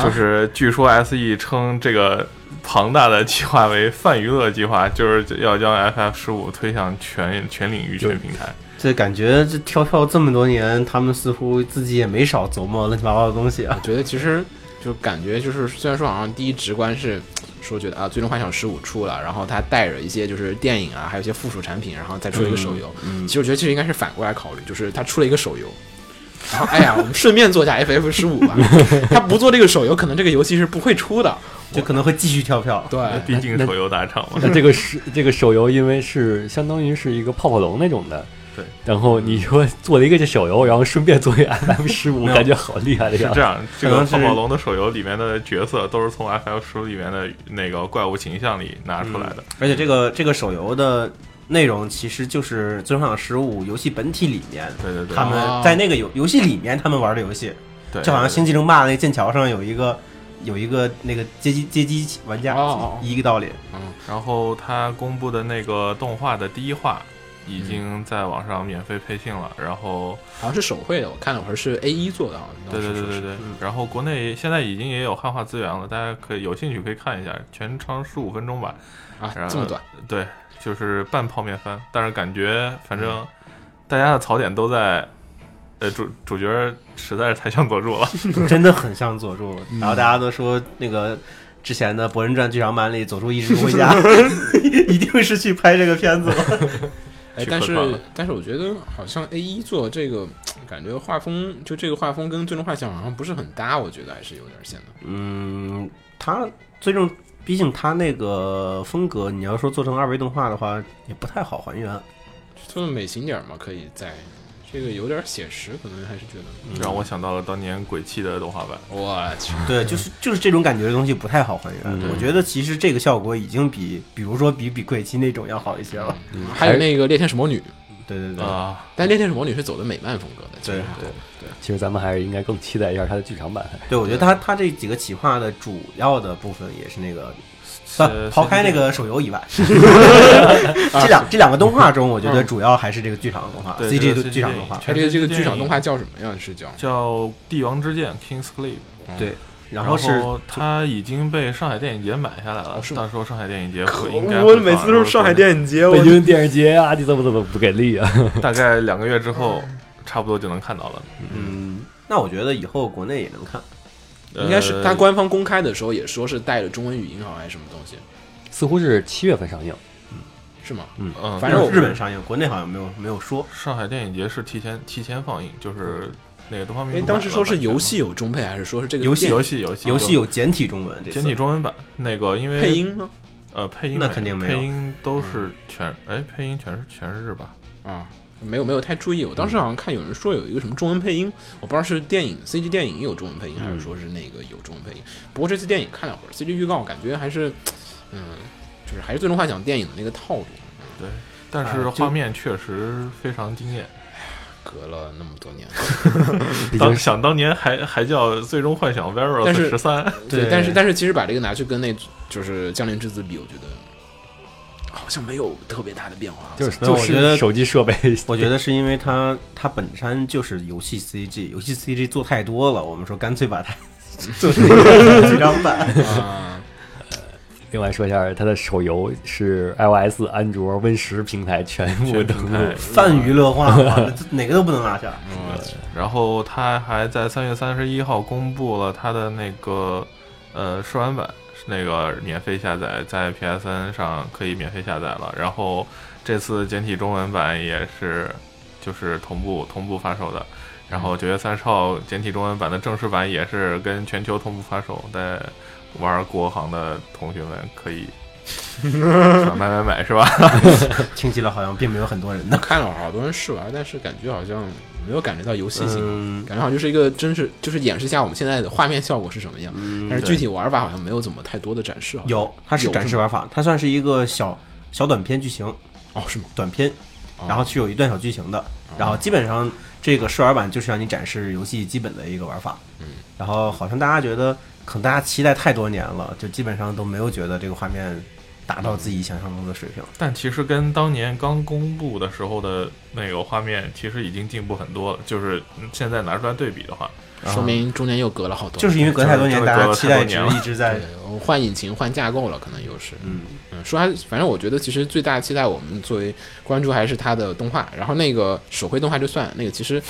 [SPEAKER 6] 就是据说 SE E 称这个庞大的计划为泛娱乐计划，就是要将 FF 十五推向全全领域、全平台。
[SPEAKER 5] 这感觉这跳票这么多年，他们似乎自己也没少琢磨乱七八糟的东西啊
[SPEAKER 4] 我。觉得其实就感觉就是，虽然说好像第一直观是说觉得啊，《最终幻想十五》出了，然后它带着一些就是电影啊，还有一些附属产品，然后再出一个手游。
[SPEAKER 6] 嗯
[SPEAKER 4] 其实我觉得这应该是反过来考虑，就是它出了一个手游。然后，哎呀，我们顺便做一下 FF 十 五吧。他不做这个手游，可能这个游戏是不会出的。
[SPEAKER 5] 就可能会继续跳票。
[SPEAKER 4] 对，
[SPEAKER 6] 毕竟手游大厂嘛，
[SPEAKER 2] 那这个是这个手游，因为是相当于是一个泡泡龙那种的。
[SPEAKER 6] 对，
[SPEAKER 2] 然后你说做了一个这手游，然后顺便 做一个 F F 十五，感觉好厉害的
[SPEAKER 6] 是
[SPEAKER 2] 样
[SPEAKER 6] 这
[SPEAKER 2] 子。
[SPEAKER 6] 样。这
[SPEAKER 5] 可
[SPEAKER 6] 个
[SPEAKER 5] 能是
[SPEAKER 6] 泡泡龙的手游里面的角色都是从 FF 十五里面的那个怪物形象里拿出来的。
[SPEAKER 5] 而且这个这个手游的内容其实就是《最终幻想十五》游戏本体里面，
[SPEAKER 6] 对对对，
[SPEAKER 5] 他们在那个游游戏里面他们玩的游戏，
[SPEAKER 6] 对
[SPEAKER 5] 就好像《星际争霸》那剑桥上有一个有一个那个街机街机玩家
[SPEAKER 4] 哦哦哦
[SPEAKER 5] 一个道理。
[SPEAKER 6] 然后他公布的那个动画的第一话
[SPEAKER 5] 嗯
[SPEAKER 6] 已经在网上免费配信了，然后
[SPEAKER 5] 哦
[SPEAKER 4] 好像是手绘的，我看了会儿是 A 一做的，好像
[SPEAKER 6] 对对
[SPEAKER 4] 当
[SPEAKER 6] 对
[SPEAKER 4] 时
[SPEAKER 6] 对
[SPEAKER 4] 说是
[SPEAKER 6] 对，
[SPEAKER 5] 嗯
[SPEAKER 6] 然后国内现在已经也有汉化资源了，大家可以有兴趣可以看一下，全长十五分钟吧，然
[SPEAKER 4] 啊，
[SPEAKER 6] 后
[SPEAKER 4] 这么短，
[SPEAKER 6] 对，就是半泡面番，但是感觉反
[SPEAKER 5] 嗯
[SPEAKER 6] 正大家的槽点都在。呃，主主角实在是太像佐助了，
[SPEAKER 5] 真的很像佐助。然后大家都说那个之前的《博人传》剧场版里，佐助一直不回家， 一定是去拍这个片子了。
[SPEAKER 4] 哎，
[SPEAKER 6] 去
[SPEAKER 4] 但
[SPEAKER 6] 客串
[SPEAKER 4] 是
[SPEAKER 6] 了
[SPEAKER 4] 但是我觉得好像 A 一做这个，感觉画风就这个画风跟《最终幻想》好像不是很搭，我觉得还是有点像的。
[SPEAKER 5] 嗯，他最终。毕竟他那个风格，你要说做成二维动画的话，也不太好还原。
[SPEAKER 4] 做的美型点儿嘛，可以在这个有点写实，可能还是觉得
[SPEAKER 6] 让我想到了当年鬼泣的动画版。
[SPEAKER 4] 我去，
[SPEAKER 5] 对，就是就是这种感觉的东西不太好还原。
[SPEAKER 2] 嗯
[SPEAKER 5] 我觉得其实这个效果已经比，比如说比比鬼泣那种要好一些了。
[SPEAKER 4] 还有那个《猎天使魔女》，
[SPEAKER 5] 对对对，
[SPEAKER 6] 啊，
[SPEAKER 4] 但《猎天使魔女》是走的美漫风格的，其实
[SPEAKER 5] 对
[SPEAKER 4] 还好
[SPEAKER 5] 对
[SPEAKER 2] 其实咱们还是应该更期待一下它的剧场版。
[SPEAKER 5] 对我觉得他他这几个企划的主要的部分也是那个，算
[SPEAKER 6] 呃
[SPEAKER 5] 抛开那个手游以外，这两这两个动画中，我觉得主要还是这个剧场动画
[SPEAKER 6] 对这
[SPEAKER 5] ，CG
[SPEAKER 6] 个
[SPEAKER 5] 的剧场动画。
[SPEAKER 4] 而
[SPEAKER 6] 全
[SPEAKER 4] 且
[SPEAKER 6] 是
[SPEAKER 4] 这个剧
[SPEAKER 6] 电
[SPEAKER 4] 场
[SPEAKER 6] 影
[SPEAKER 4] 动画叫什么呀？是叫
[SPEAKER 6] 叫《帝王之剑》（King's Cliff），
[SPEAKER 5] 对，然
[SPEAKER 6] 然
[SPEAKER 5] 后是
[SPEAKER 6] 它已经被上海电影节买下来了。
[SPEAKER 4] 啊是吗
[SPEAKER 6] 到时候上海电影节会应该会放然后
[SPEAKER 4] 影节，
[SPEAKER 2] 北京电视节啊，你怎么怎么不给力啊？
[SPEAKER 6] 大概两个月之后，差不多就能看到了。
[SPEAKER 5] 嗯，那我觉得以后国内也能看。
[SPEAKER 4] 应该是
[SPEAKER 6] 呃
[SPEAKER 4] 它官方公开的时候也说是带着中文语音，好像还是什么东西，
[SPEAKER 2] 似乎是七月份上映，
[SPEAKER 4] 是吗？
[SPEAKER 6] 嗯，
[SPEAKER 4] 反正我
[SPEAKER 5] 日本上映，国内好像没有没有说。
[SPEAKER 6] 上海电影节是提前提前放映，就是那个东方明
[SPEAKER 4] 因为哎
[SPEAKER 6] 珠买了
[SPEAKER 4] 当时说是
[SPEAKER 6] 版权嘛
[SPEAKER 4] 游戏有中配，还是说是这个
[SPEAKER 5] 游戏
[SPEAKER 6] 游戏游戏
[SPEAKER 5] 游戏有简体中文，这次
[SPEAKER 6] 简体中文版，那个因为
[SPEAKER 4] 配音嗯吗？
[SPEAKER 6] 呃配音
[SPEAKER 5] 那
[SPEAKER 6] 没
[SPEAKER 5] 肯定没有
[SPEAKER 6] 配音都是全哎配音全是全是日版。
[SPEAKER 4] 啊，没有没有太注意，我当时好像看有人说有一个什么中文配音，我不知道是电影 CG 电影有中文配音，
[SPEAKER 5] 嗯
[SPEAKER 4] 还是说是那个有中文配音。不过这次电影看了会儿 CG 预告，感觉还是，嗯，就是还是最终幻想电影的那个套路，
[SPEAKER 6] 对，但是
[SPEAKER 4] 啊就
[SPEAKER 6] 画面确实非常惊艳。
[SPEAKER 4] 隔了那么多 年，
[SPEAKER 2] 已经
[SPEAKER 6] 当
[SPEAKER 2] 是
[SPEAKER 6] 想当年还还叫《最终幻想 Virus
[SPEAKER 4] 但是
[SPEAKER 6] 十三》，
[SPEAKER 5] 对
[SPEAKER 4] 但是但是其实把这个拿去跟那就是《降临之子》比，我觉得好像没有特别大的变化，
[SPEAKER 2] 就是
[SPEAKER 5] 没有
[SPEAKER 2] 就
[SPEAKER 5] 我觉得
[SPEAKER 2] 是手机设备，
[SPEAKER 5] 我觉得是因为它它本身就是游戏 CG，游戏 CG 做太多了，我们说干脆把它 做成一个 剧 场版。
[SPEAKER 4] 啊，
[SPEAKER 2] 另外说一下，它的手游是 iOS、安卓、Win 十平台全部
[SPEAKER 6] 全
[SPEAKER 2] 登
[SPEAKER 6] 平
[SPEAKER 2] 陆
[SPEAKER 6] 台。
[SPEAKER 5] 泛娱乐化嘛，这哪个都不能落下。
[SPEAKER 6] 然后他还在三月三十一号公布了他的那个呃试玩版，是那个免费下载，在 PSN 上可以免费下载了。然后这次简体中文版也是就是同步同步发售的。然后九月三十号简体中文版的正式版也是跟全球同步发售，在玩国行的同学们可以 想买买买是吧？
[SPEAKER 5] 听起来好像并没有很多人 呢。
[SPEAKER 4] 看了好多人试玩，但是感觉好像没有感觉到游戏性。
[SPEAKER 5] 嗯，
[SPEAKER 4] 感觉好像就是一个真是就是演示一下我们现在的画面效果是什么样，但是具体玩法好像没有怎么太多的展示。好像
[SPEAKER 5] 有，它是展示玩法，它算是一个小小短片剧情，
[SPEAKER 4] 哦，是吗？
[SPEAKER 5] 短片，
[SPEAKER 4] 哦
[SPEAKER 5] 然后是有一段小剧情的，然后基本上这个试玩版就是让你展示游戏基本的一个玩法。嗯，然后好像大家觉得，可能大家期待太多年了，就基本上都没有觉得这个画面达到自己想象中的水平。
[SPEAKER 6] 但其实跟当年刚公布的时候的那个画面，其实已经进步很多了。就是现在拿出来对比的话，
[SPEAKER 4] 说明中间又隔了好多，
[SPEAKER 5] 就是因为隔太多年，
[SPEAKER 6] 就是
[SPEAKER 5] 大
[SPEAKER 6] 隔
[SPEAKER 5] 家
[SPEAKER 6] 了
[SPEAKER 5] 期待
[SPEAKER 6] 太多
[SPEAKER 5] 值
[SPEAKER 6] 年了
[SPEAKER 5] 一直在
[SPEAKER 4] 对，换引擎、换架构了，可能又是。
[SPEAKER 5] 嗯
[SPEAKER 4] 嗯，说还反正我觉得其实最大的期待，我们作为关注还是它的动画，然后那个手绘动画就算，那个其实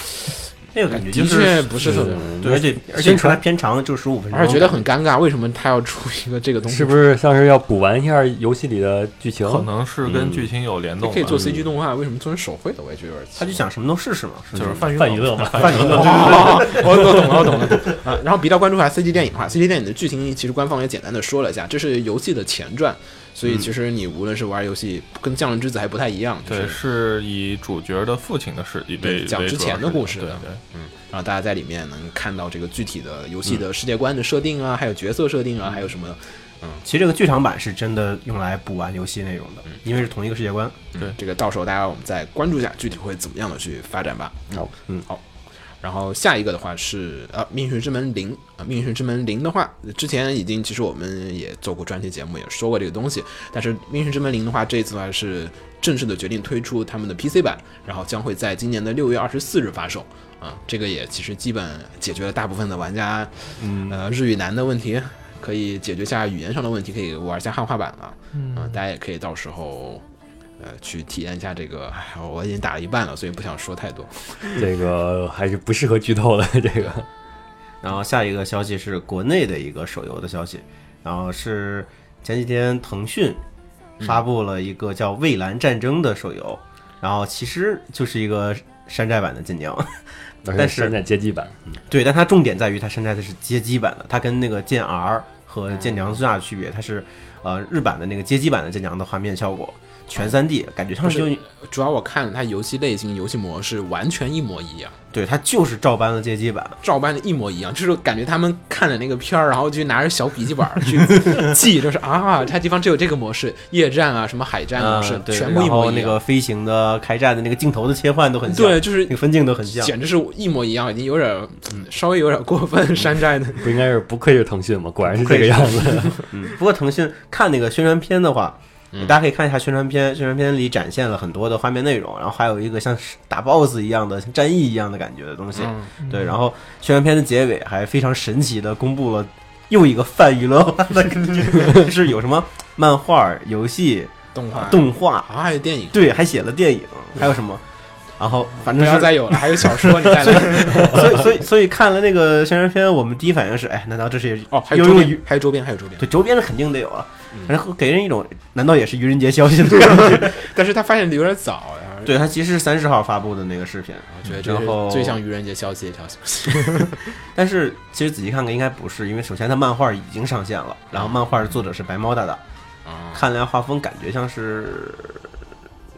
[SPEAKER 5] 那个感觉就
[SPEAKER 4] 的确
[SPEAKER 5] 是
[SPEAKER 4] 不是特别。
[SPEAKER 5] 对，而且而且
[SPEAKER 2] 宣
[SPEAKER 5] 你说它
[SPEAKER 2] 传
[SPEAKER 5] 偏长就十五分钟，
[SPEAKER 4] 而且觉得很尴尬，为什么他要出一个这个东西？
[SPEAKER 2] 是不是像是要补完一下游戏里的剧情？
[SPEAKER 6] 可能是跟
[SPEAKER 2] 嗯
[SPEAKER 6] 剧情有联动吧。嗯
[SPEAKER 4] 可以做 CG 动画？为什么做成手绘的？我也觉得有点奇怪
[SPEAKER 5] 他就想什么都试试嘛，是不
[SPEAKER 6] 就是是泛娱
[SPEAKER 2] 泛娱乐嘛，
[SPEAKER 5] 泛娱 乐
[SPEAKER 4] 哦，我我懂了，我懂了，懂 了啊。然后比较关注一下 CG 电影化，CG 电影的剧情其实官方也简单的说了一下，这是游戏的前传，所以其实你无论是玩游戏，跟《降临之子》还不太一样，就
[SPEAKER 6] 对，
[SPEAKER 4] 是
[SPEAKER 6] 是以主角的父亲的事为
[SPEAKER 4] 对
[SPEAKER 6] 为
[SPEAKER 4] 讲之
[SPEAKER 6] 主要
[SPEAKER 4] 前的
[SPEAKER 6] 视角
[SPEAKER 4] 故事啊
[SPEAKER 6] 对
[SPEAKER 4] 的
[SPEAKER 6] 对。
[SPEAKER 4] 让大家在里面能看到这个具体的游戏的世界观的设定啊，还有角色设定啊，还有什么
[SPEAKER 5] 其实这个剧场版是真的用来补完游戏内容的，因为是同一个世界观。
[SPEAKER 4] 嗯这个到时候大家我们再关注一下具体会怎么样的去发展吧。好，嗯好。然后下一个的话是啊，《命运之门零》啊，《命运之门零》的话，之前已经其实我们也做过专题节目，也说过这个东西。但是《命运之门零》的话，这一次的话是正式的决定推出他们的 PC 版，然后将会在今年的六月二十四日发售。啊，这个也其实基本解决了大部分的玩家，呃，日语难的问题，可以解决一下语言上的问题，可以玩一下汉化版了。嗯、大家也可以到时候呃，去体验一下这个。哎，我已经打了一半了，所以不想说太多。
[SPEAKER 2] 这个还是不适合剧透的。 这个
[SPEAKER 5] 然后下一个消息是国内的一个手游的消息，然后是前几天腾讯发布了一个叫《蔚蓝战争》的手游，然后其实就是一个山寨版的晋江，但是
[SPEAKER 2] 山寨街机版，
[SPEAKER 5] 对，但它重点在于它山寨的是街机版的，它跟那个剑 R 和剑娘最大的区别，它是呃日版的那个街机版的剑娘的画面效果全 3D，感觉上
[SPEAKER 4] 不
[SPEAKER 5] 是就是是，
[SPEAKER 4] 主要我看了它游戏类型、游戏模式完全一模一样，
[SPEAKER 5] 对它就是照搬了街机版，
[SPEAKER 4] 照搬的一模一样，就是感觉他们看了那个片儿，然后就拿着小笔记本儿 去记，就是啊，它地方只有这个模式，夜战啊，什么海战模式，
[SPEAKER 5] 嗯对
[SPEAKER 4] 全部一
[SPEAKER 5] 然后
[SPEAKER 4] 模一
[SPEAKER 5] 那
[SPEAKER 4] 样。
[SPEAKER 5] 个飞行的开战的那个镜头的切换都很像，
[SPEAKER 4] 对，就是
[SPEAKER 5] 那个分镜都很像，
[SPEAKER 4] 简直是一模一样，已经有点儿嗯稍微有点过
[SPEAKER 5] 嗯
[SPEAKER 4] 分山寨的。
[SPEAKER 2] 不应该是不愧是腾讯吗？果然是
[SPEAKER 5] 不愧
[SPEAKER 2] 这
[SPEAKER 5] 是
[SPEAKER 2] 个 样子。
[SPEAKER 5] 嗯，不过腾讯看那个宣传片的话，
[SPEAKER 4] 嗯
[SPEAKER 5] 大家可以看一下宣传片，宣传片里展现了很多的画面内容，然后还有一个像是打 BOSS 一样的、像战役一样的感觉的东西。
[SPEAKER 4] 嗯
[SPEAKER 5] 对，然后宣传片的结尾还非常神奇的公布了又一个泛娱乐化的感 觉，就是有什么漫画、游戏、
[SPEAKER 4] 动画，
[SPEAKER 5] 动画，
[SPEAKER 4] 啊，还有电影，
[SPEAKER 5] 对，还写了电影，还有什么，然后反
[SPEAKER 4] 不
[SPEAKER 5] 正
[SPEAKER 4] 要
[SPEAKER 5] 是
[SPEAKER 4] 再有了，还有小说，你再来。
[SPEAKER 5] 所以所以所以看了那个宣传片，我们第一反应是，哎，难道这是
[SPEAKER 4] 哦，还有
[SPEAKER 5] 又
[SPEAKER 4] 周
[SPEAKER 5] 用
[SPEAKER 4] 边，嗯还有周边，还有周边。
[SPEAKER 5] 对，周边是肯定得有啊，反正会给人一种难道也是愚人节消息的 感觉？
[SPEAKER 4] 但是他发现的有点早呀。
[SPEAKER 5] 对，它其实是三十号发布的那个视频，啊
[SPEAKER 4] 我觉得这是
[SPEAKER 5] 然后
[SPEAKER 4] 最像愚人节消息的一条消息。
[SPEAKER 5] 但是其实仔细看看应该不是，因为首先它漫画已经上线了，然后漫画的作者是白猫大大，
[SPEAKER 4] 啊
[SPEAKER 5] 看了一下画风，感觉像是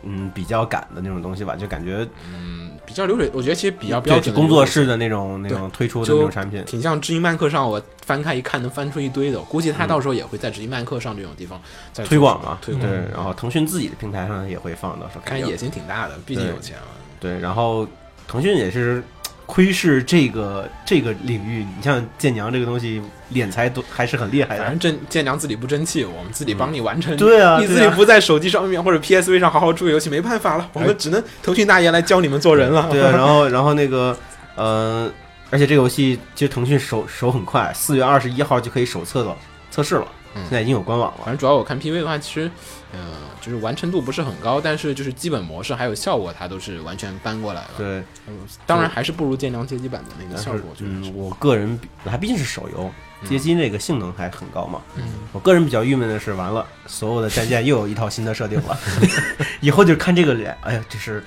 [SPEAKER 5] 嗯比较赶的那种东西吧，就感觉
[SPEAKER 4] 嗯，比较流水，我觉得其实比较
[SPEAKER 5] 对
[SPEAKER 4] 标
[SPEAKER 5] 就
[SPEAKER 4] 准的
[SPEAKER 5] 工作
[SPEAKER 4] 流水
[SPEAKER 5] 室的那种那种推出的
[SPEAKER 4] 就
[SPEAKER 5] 那种产品。
[SPEAKER 4] 挺像知音漫客上，我翻开一看能翻出一堆的，估计他到时候也会在知音漫客上这种地方再做
[SPEAKER 5] 嗯推广
[SPEAKER 4] 什么
[SPEAKER 5] 嘛，
[SPEAKER 4] 推
[SPEAKER 5] 对
[SPEAKER 4] 广，，
[SPEAKER 5] 然后腾讯自己的平台上也会放到时候
[SPEAKER 4] 看
[SPEAKER 5] 肯定
[SPEAKER 4] 野心挺大的，毕竟有钱啊了。
[SPEAKER 5] 对，然后腾讯也是窥视这个这个领域，你像剑娘这个东西，敛财都还是很厉害
[SPEAKER 4] 反
[SPEAKER 5] 的
[SPEAKER 4] 正。真建良自己不争气，我们自己帮你完成。
[SPEAKER 5] 对啊
[SPEAKER 4] 你自
[SPEAKER 5] 对
[SPEAKER 4] 己
[SPEAKER 5] 啊哎
[SPEAKER 4] 不在手机上面或者 PSV 上好好做游戏，没办法了，我们只能腾讯大爷来教你们做人了。
[SPEAKER 5] 对啊，然后然后那个，呃，而且这个游戏其实腾讯手手很快，四月二十一号就可以手测了测试了，
[SPEAKER 4] 嗯
[SPEAKER 5] 现在已经有官网
[SPEAKER 4] 反
[SPEAKER 5] 了。
[SPEAKER 4] 正主要我看 PV 的话，其实，嗯、就是完成度不是很高，但是就是基本模式还有效果，它都是完全搬过来了。
[SPEAKER 5] 对，
[SPEAKER 4] 嗯，当然还是不如剑良街机版的那个
[SPEAKER 5] 但
[SPEAKER 4] 效
[SPEAKER 5] 是
[SPEAKER 4] 果，我觉得
[SPEAKER 5] 嗯，
[SPEAKER 4] 是。
[SPEAKER 5] 我个人比它毕竟是手游，街机那个性能还很高嘛。
[SPEAKER 4] 嗯，
[SPEAKER 5] 我个人比较郁闷的是，完了，所有的战舰又有一套新的设定了， 以后就看这个脸，哎呀，这是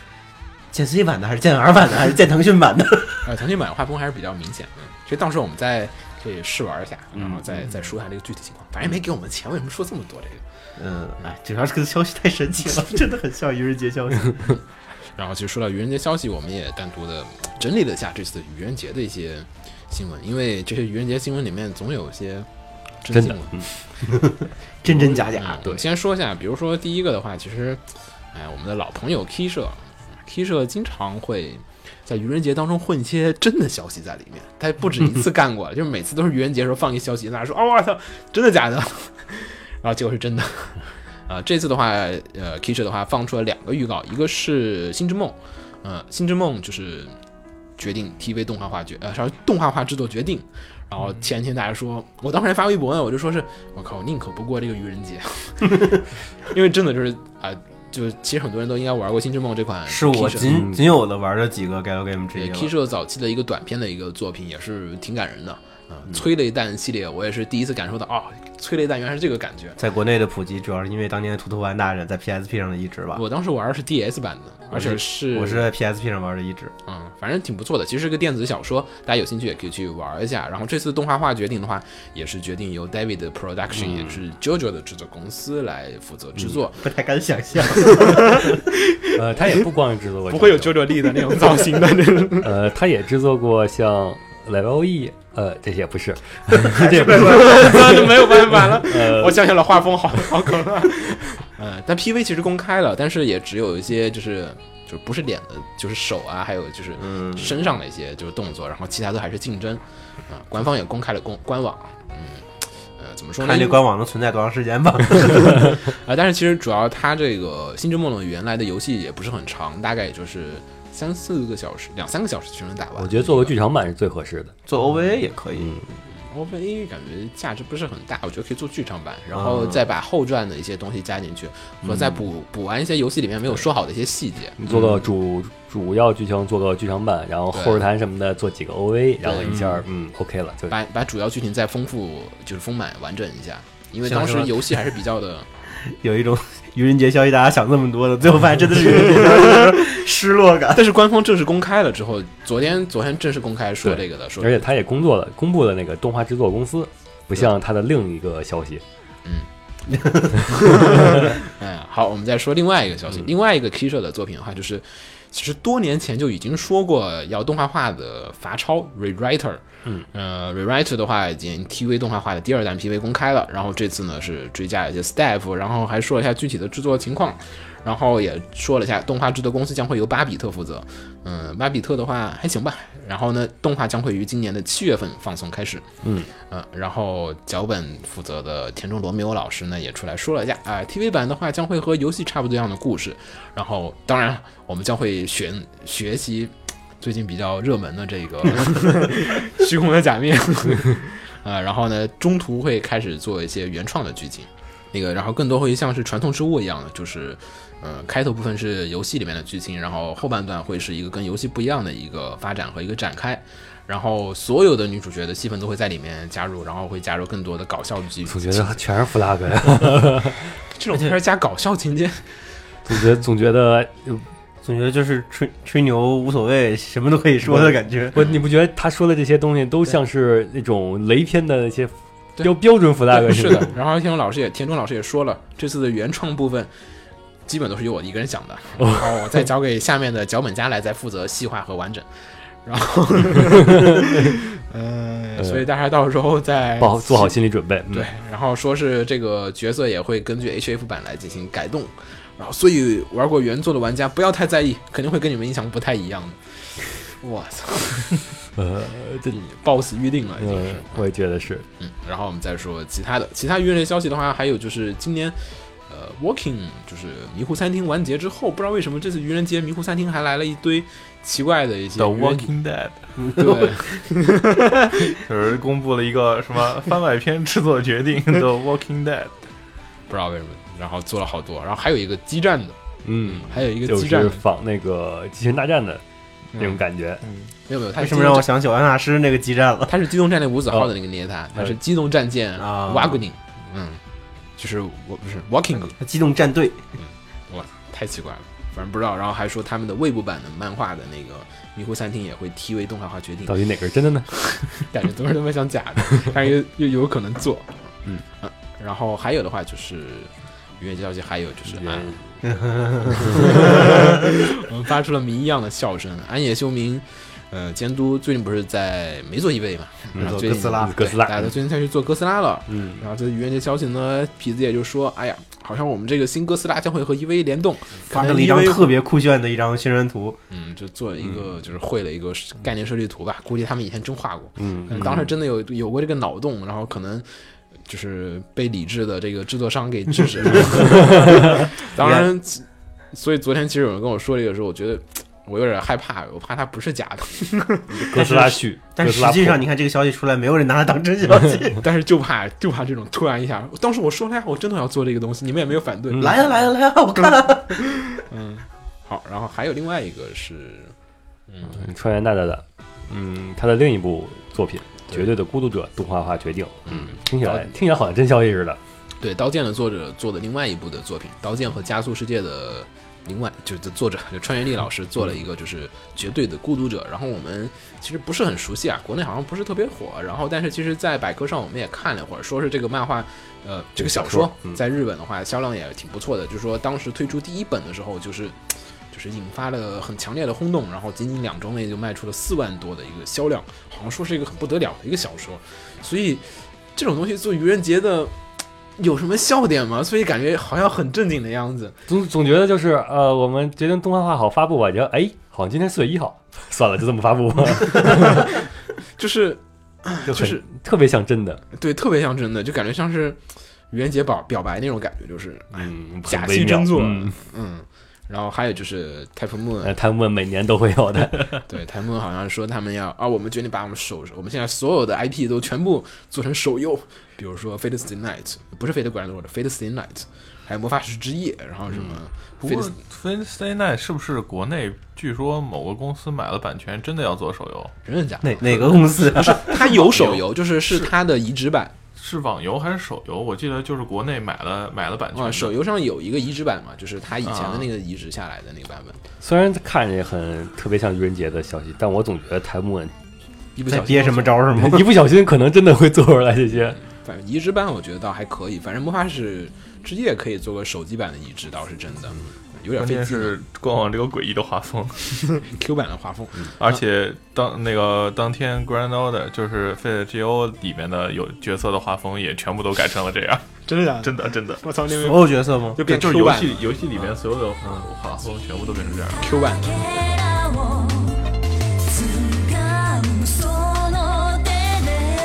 [SPEAKER 5] 剑 C 版的还是剑 R 版的还是剑腾讯版的？
[SPEAKER 4] 呃，腾讯版画风还是比较明显的，所以到时候我们再可以试玩一下，然后再、再说一下这个具体情况。反正没给我们钱，为什么说这么多这个？
[SPEAKER 5] 嗯，哎，主要这个消息太神奇了，真的很像愚人 节消息。
[SPEAKER 4] 然后其实说到愚人节消息，我们也单独的整理了一下这次愚人节的一些新闻，因为这些愚人节新闻里面总有一些真
[SPEAKER 2] 真
[SPEAKER 4] 新
[SPEAKER 2] 的
[SPEAKER 4] 闻。
[SPEAKER 5] 真真假假
[SPEAKER 4] 啊，，对，先说一下，比如说第一个的话，其实，哎，我们的老朋友 K 社，K 社经常会在愚人节当中混一些真的消息在里面，他不止一次干过了， 就是每 次都是愚人节的时候放一消息，大家说，哦，我操，真的假的？然后结果是真的。啊、这次的话，呃 k i s h a 的话放出了两个预告，一个是《星之梦》，呃，《星之梦》就是决定 TV 动画化决，呃，啥动画化制作决定。然
[SPEAKER 5] 嗯
[SPEAKER 4] 后前天大家说，我当时还发微博呢，我就说是我靠，宁可不过这个愚人节， 因为真的就是啊、就是其实很多人都应该玩过《星之梦》这款 Kisha，
[SPEAKER 5] 是我仅仅有的玩的几个 Gal Game 之一
[SPEAKER 4] 嗯对
[SPEAKER 5] 了
[SPEAKER 4] K 社早期的一个短片的一个作品，也是挺感人的。啊、
[SPEAKER 5] 嗯
[SPEAKER 4] 催泪弹系列，我也是第一次感受到啊、催泪弹原来是这个感觉。
[SPEAKER 5] 在国内的普及，主要是因为当年图图玩大人在 PSP 上的移植吧。
[SPEAKER 4] 我当时玩的是 DS 版的，而且是
[SPEAKER 5] 我是在 PSP 上玩的移植，
[SPEAKER 4] 嗯，反正挺不错的。其实是个电子小说，大家有兴趣也可以去玩一下。然后这次动画化决定的话，也是决定由 David 的 Production，、也是 JoJo 的制作公司来负责制作，
[SPEAKER 5] 不太敢想 象。
[SPEAKER 2] 呃，他也不光是制作过，
[SPEAKER 4] 不会有 JoJo 力的那 种造型的那种。
[SPEAKER 2] 呃，他也制作过像 Level E，呃，这些不 是，这也不是，
[SPEAKER 4] 那没有办法 了。
[SPEAKER 2] 呃
[SPEAKER 4] 我想想了，画风好好可 怕。嗯，但 PV 其实公开了，但是也只有一些就是就是不是脸的，就是手啊，还有就是
[SPEAKER 5] 嗯
[SPEAKER 4] 身上的一些就是动作，然后其他都还是竞争。啊、官方也公开了公官网，嗯，呃，怎么说呢？
[SPEAKER 5] 看这官网能存在多长时间吧。
[SPEAKER 4] 啊，但是其实主要它这个《星之梦龙》原来的游戏也不是很长，大概也就是三四个小时、两三个小时就能打完。
[SPEAKER 2] 我觉得做个剧场版是最合适的。
[SPEAKER 5] 做 OVA 也可以，
[SPEAKER 4] OVA 感觉价值不是很大，我觉得可以做剧场版，然
[SPEAKER 2] 啊
[SPEAKER 4] 后再把后传的一些东西加进去，和再补
[SPEAKER 2] 嗯
[SPEAKER 4] 补完一些游戏里面没有说好的一些细节。
[SPEAKER 2] 你做个主主要剧情，做个剧场版，然后后日谈什么的，做几个 OV，然后一下嗯 OK 了，就
[SPEAKER 4] 把把主要剧情再丰富，就是丰满完整一下，因为
[SPEAKER 2] 啊
[SPEAKER 5] 像
[SPEAKER 4] 当
[SPEAKER 5] 是
[SPEAKER 4] 时
[SPEAKER 5] 吧
[SPEAKER 4] 游戏还是比较 的，
[SPEAKER 5] 有一种 愚人节消息大家想这么多的，最后发现真的是愚人节消 息，失落感。
[SPEAKER 4] 但是官方正式公开了之后，昨天昨天正式公开说
[SPEAKER 2] 对
[SPEAKER 4] 这个的，说
[SPEAKER 2] 而且他也工作了，公布了那个动画制作公司，不像他的另一个消息，
[SPEAKER 4] 嗯，好，我们再说另外一个消息，另外一个 K 社的作品的话，就是其实多年前就已经说过要动画化的《罚抄》（Rewriter），嗯，呃，Rewriter 的话已经 TV 动画化的第二弹 PV 公开了，然后这次呢是追加了一些 staff，然后还说了一下具体的制作情况，然后也说了一下动画制作公司将会由巴比特负责，嗯，巴比特的话还行吧，然后呢，动画将会于今年的七月份放送开始，嗯，然后脚本负责的田中罗密欧老师呢也出来说了一下，啊、t v 版的话将会和游戏差不多样的故事，然后当然我们将会选学习最近比较热门的这 个虚空的假面， 啊、然后呢中途会开始做一些原创的剧情，那个然后更多会像是传统之物一样的，就是呃开头部分是游戏里面的剧情，然后后半段会是一个跟游戏不一样的一个发展和一个展开。然后所有的女主角的戏份都会在里面加入，然后会加入更多的搞笑剧。
[SPEAKER 2] 总觉得全是 flag 呀。
[SPEAKER 4] 这种片儿加搞笑情节，
[SPEAKER 2] 总觉总觉得，
[SPEAKER 5] 总觉得就是吹吹牛无所谓，什么都可以说的感觉。
[SPEAKER 2] 不，你不觉得他说的这些东西都像是那种雷片的那些
[SPEAKER 4] 对
[SPEAKER 2] 标标准 flag
[SPEAKER 4] 是
[SPEAKER 2] 吗
[SPEAKER 4] 的。然后田中老师也，田中老师也说了，这次的原创部分基本都是由我一个人想的，
[SPEAKER 2] 哦
[SPEAKER 4] 然后我再交给下面的脚本家来再负责细化和完整。然 后，呃，所以大家到时候再
[SPEAKER 2] 嗯不好做好心理准备。嗯
[SPEAKER 4] 对，，然后说是这个角色也会根据 HF 版来进行改动，然后所以玩过原作的玩家不要太在意，肯定会跟你们印象不太一样的。我操，
[SPEAKER 2] 呃，这
[SPEAKER 4] ，BOSS 预定了已经是
[SPEAKER 2] 嗯。，我也觉得是。
[SPEAKER 4] 嗯，然后我们再说其他的，其他娱乐类消息的话，还有就是今年，呃，Walking 就是迷糊餐厅完结之后，不知道为什么这次愚人节迷糊餐厅还来了一堆奇怪的一些
[SPEAKER 6] The
[SPEAKER 4] 愚人
[SPEAKER 6] Walking Dead
[SPEAKER 4] 对，
[SPEAKER 6] 就是公布了一个 什么番外篇制作决定 The Walking Dead，
[SPEAKER 4] 不知道为什么，然后做了好多，然后还有一个激战的，
[SPEAKER 2] 嗯，
[SPEAKER 4] 还有一个
[SPEAKER 2] 就
[SPEAKER 4] 激战
[SPEAKER 2] 是
[SPEAKER 4] 的，
[SPEAKER 2] 仿那个《机器人大战》的那种感觉。
[SPEAKER 4] 没有没有，他
[SPEAKER 5] 为什么让我想起我安纳师那个基站了？
[SPEAKER 4] 他是机动战队五子号的那个捏他，他是机动战舰
[SPEAKER 5] 啊
[SPEAKER 4] 瓦古宁，嗯，就是我不是 Walking，
[SPEAKER 5] 机动战队
[SPEAKER 4] 哇，太奇怪了。反正不知道，然后还说他们的胃部版的漫画的那个《迷糊餐厅》也会 TV 动画化决定，
[SPEAKER 2] 到底哪个是真的呢？
[SPEAKER 4] 感觉都是他妈像假的， 但是又又有可能做。嗯、然后还有的话就是音乐消息，还有就是安， 我们发出了谜一样的笑声。安野秀明，呃，监督最近不是在没做 EV 嘛，然后
[SPEAKER 5] 嗯做
[SPEAKER 4] 最近
[SPEAKER 5] 哥斯拉
[SPEAKER 4] 对
[SPEAKER 2] 哥斯拉
[SPEAKER 4] 大家都最近开始做哥斯拉了。
[SPEAKER 2] 嗯，
[SPEAKER 4] 然后这愚人节消息呢，痞子也就说，哎呀，好像我们这个新哥斯拉将会和 EV 联动，
[SPEAKER 5] 发
[SPEAKER 4] 可
[SPEAKER 5] 了
[SPEAKER 4] 能
[SPEAKER 5] 一张
[SPEAKER 4] EVA
[SPEAKER 5] 特别酷炫的一张宣传图，
[SPEAKER 4] 嗯，就做了一个就是绘了一个
[SPEAKER 2] 嗯
[SPEAKER 5] 嗯
[SPEAKER 4] 概念设计图吧，估计他们以前真画过，嗯，当时真的有有过这个脑洞，然后可能就是被理智的这个制作商给制止了。 当然，所以昨天其实有人跟我说这个时候，我觉得我有点害怕，我怕它不是假的。
[SPEAKER 2] 哥斯拉续，
[SPEAKER 5] 但
[SPEAKER 2] 哥斯拉
[SPEAKER 5] 实际上，
[SPEAKER 2] 破
[SPEAKER 5] 你看这个消息出来，没有人拿它当真消息。
[SPEAKER 4] 但是就怕就怕这种突然一下，当时我说了呀，我真的要做这个东西，你们也没有反对。
[SPEAKER 2] 嗯
[SPEAKER 5] 来呀、来呀、来呀、我看了。
[SPEAKER 4] 好，然后还有另外一个是，
[SPEAKER 2] 嗯川原大大的，嗯，他的另一部作品《
[SPEAKER 4] 对
[SPEAKER 2] 绝对的呃孤独者》动画化决定，
[SPEAKER 4] 嗯，
[SPEAKER 2] 听起
[SPEAKER 4] 刀
[SPEAKER 2] 来听起来好像真消息似的。
[SPEAKER 4] 对《刀剑》的作者做的另外一部的作品，《刀剑》和《加速世界》的另外就是作者就川原丽老师做了一个就是《绝对的孤独者》，然后我们其实不是很熟悉啊，国内好像不是特别火，然后但是其实，在百科上我们也看了一会儿，说是这个漫画，呃，这个小说在日本的话销量也挺不错的，就是说当时推出第一本的时候就是。就是引发了很强烈的轰动，然后仅仅两周内就卖出了四万多的一个销量，好像说是一个很不得了的一个小说，所以这种东西做愚人节的有什么笑点吗？所以感觉好像很正经的样子。
[SPEAKER 2] 总总觉得就是呃，我们决定动画化好发布吧，觉得哎，好像今天四月一号，算了，就这么发布吧，
[SPEAKER 4] 就是
[SPEAKER 2] 就
[SPEAKER 4] 就
[SPEAKER 2] 很
[SPEAKER 4] 是
[SPEAKER 2] 特别像真的，
[SPEAKER 4] 对，特别像真的，就感觉像是愚人节表表白那种感觉，就是哎
[SPEAKER 2] 嗯，
[SPEAKER 4] 假
[SPEAKER 2] 很
[SPEAKER 4] 戏
[SPEAKER 2] 微妙
[SPEAKER 4] 真做
[SPEAKER 2] 嗯，
[SPEAKER 4] 嗯。然后还有就是太 y p
[SPEAKER 2] 呃，他们每年都会有的，
[SPEAKER 4] 对 t y 好像说他们要啊，我们决定把我们手，我们现在所有的 IP 都全部做成手游，比如说《Fate Stay Night》，不是《Fate Grand Order》，《Fate Stay Night》，还有《魔法师之夜》，然后什
[SPEAKER 2] 嗯
[SPEAKER 4] 么
[SPEAKER 6] 不
[SPEAKER 4] Fate
[SPEAKER 6] 过 Wednesday Night 是不是国内据说某个公司买了版权，真的要做手游？
[SPEAKER 4] 真的假的？
[SPEAKER 5] 哪哪个公司、啊？
[SPEAKER 4] 它有手游，就是是它的移植版，
[SPEAKER 6] 是网游还是手游？我记得就是国内买了买了版权
[SPEAKER 4] 啊，
[SPEAKER 6] 的，
[SPEAKER 4] 手游上有一个移植版嘛，就是它以前的那个移植下来的那个版本，
[SPEAKER 2] 虽然看着很特别像愚人节的消息，但我总觉得台木
[SPEAKER 4] 一不
[SPEAKER 5] 在
[SPEAKER 4] 小心
[SPEAKER 5] 憋什么招儿是吗？
[SPEAKER 2] 一不小心可能真的会做出来这些，
[SPEAKER 4] 反正移植版我觉得倒还可以，反正魔法使之夜可以做个手机版的移植，倒是真的，有点
[SPEAKER 6] 关
[SPEAKER 4] 费
[SPEAKER 6] 键
[SPEAKER 4] 劲。
[SPEAKER 6] 是官网这个诡异的画风，
[SPEAKER 4] Q 版的画风，嗯
[SPEAKER 6] 而且当那个当天 Grand Order 就是 Fate GO 里面的有角色的画风也全部都改成了这样，
[SPEAKER 4] 真的假
[SPEAKER 6] 真的真的，
[SPEAKER 4] 我操，那
[SPEAKER 5] 所有角色 吗？
[SPEAKER 4] 就
[SPEAKER 6] 对
[SPEAKER 4] 变
[SPEAKER 6] 就是
[SPEAKER 4] Q
[SPEAKER 6] 游
[SPEAKER 4] 版
[SPEAKER 6] 戏游戏里面所有的画风全部都变成这样。
[SPEAKER 4] Q 版
[SPEAKER 3] 「掴むその手で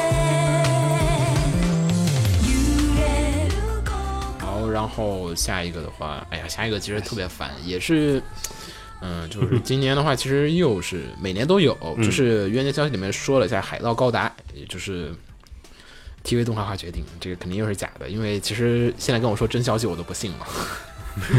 [SPEAKER 3] 揺れる心
[SPEAKER 4] 好，然后下一个的话，哎呀，下一个其实特别烦，也是，嗯、就是今年的话，其实又是每年都有，就是原年消息里面说了一下《海盗高达》，也就是 TV 动画化决定，这个肯定又是假的，因为其实现在跟我说真消息我都不信了。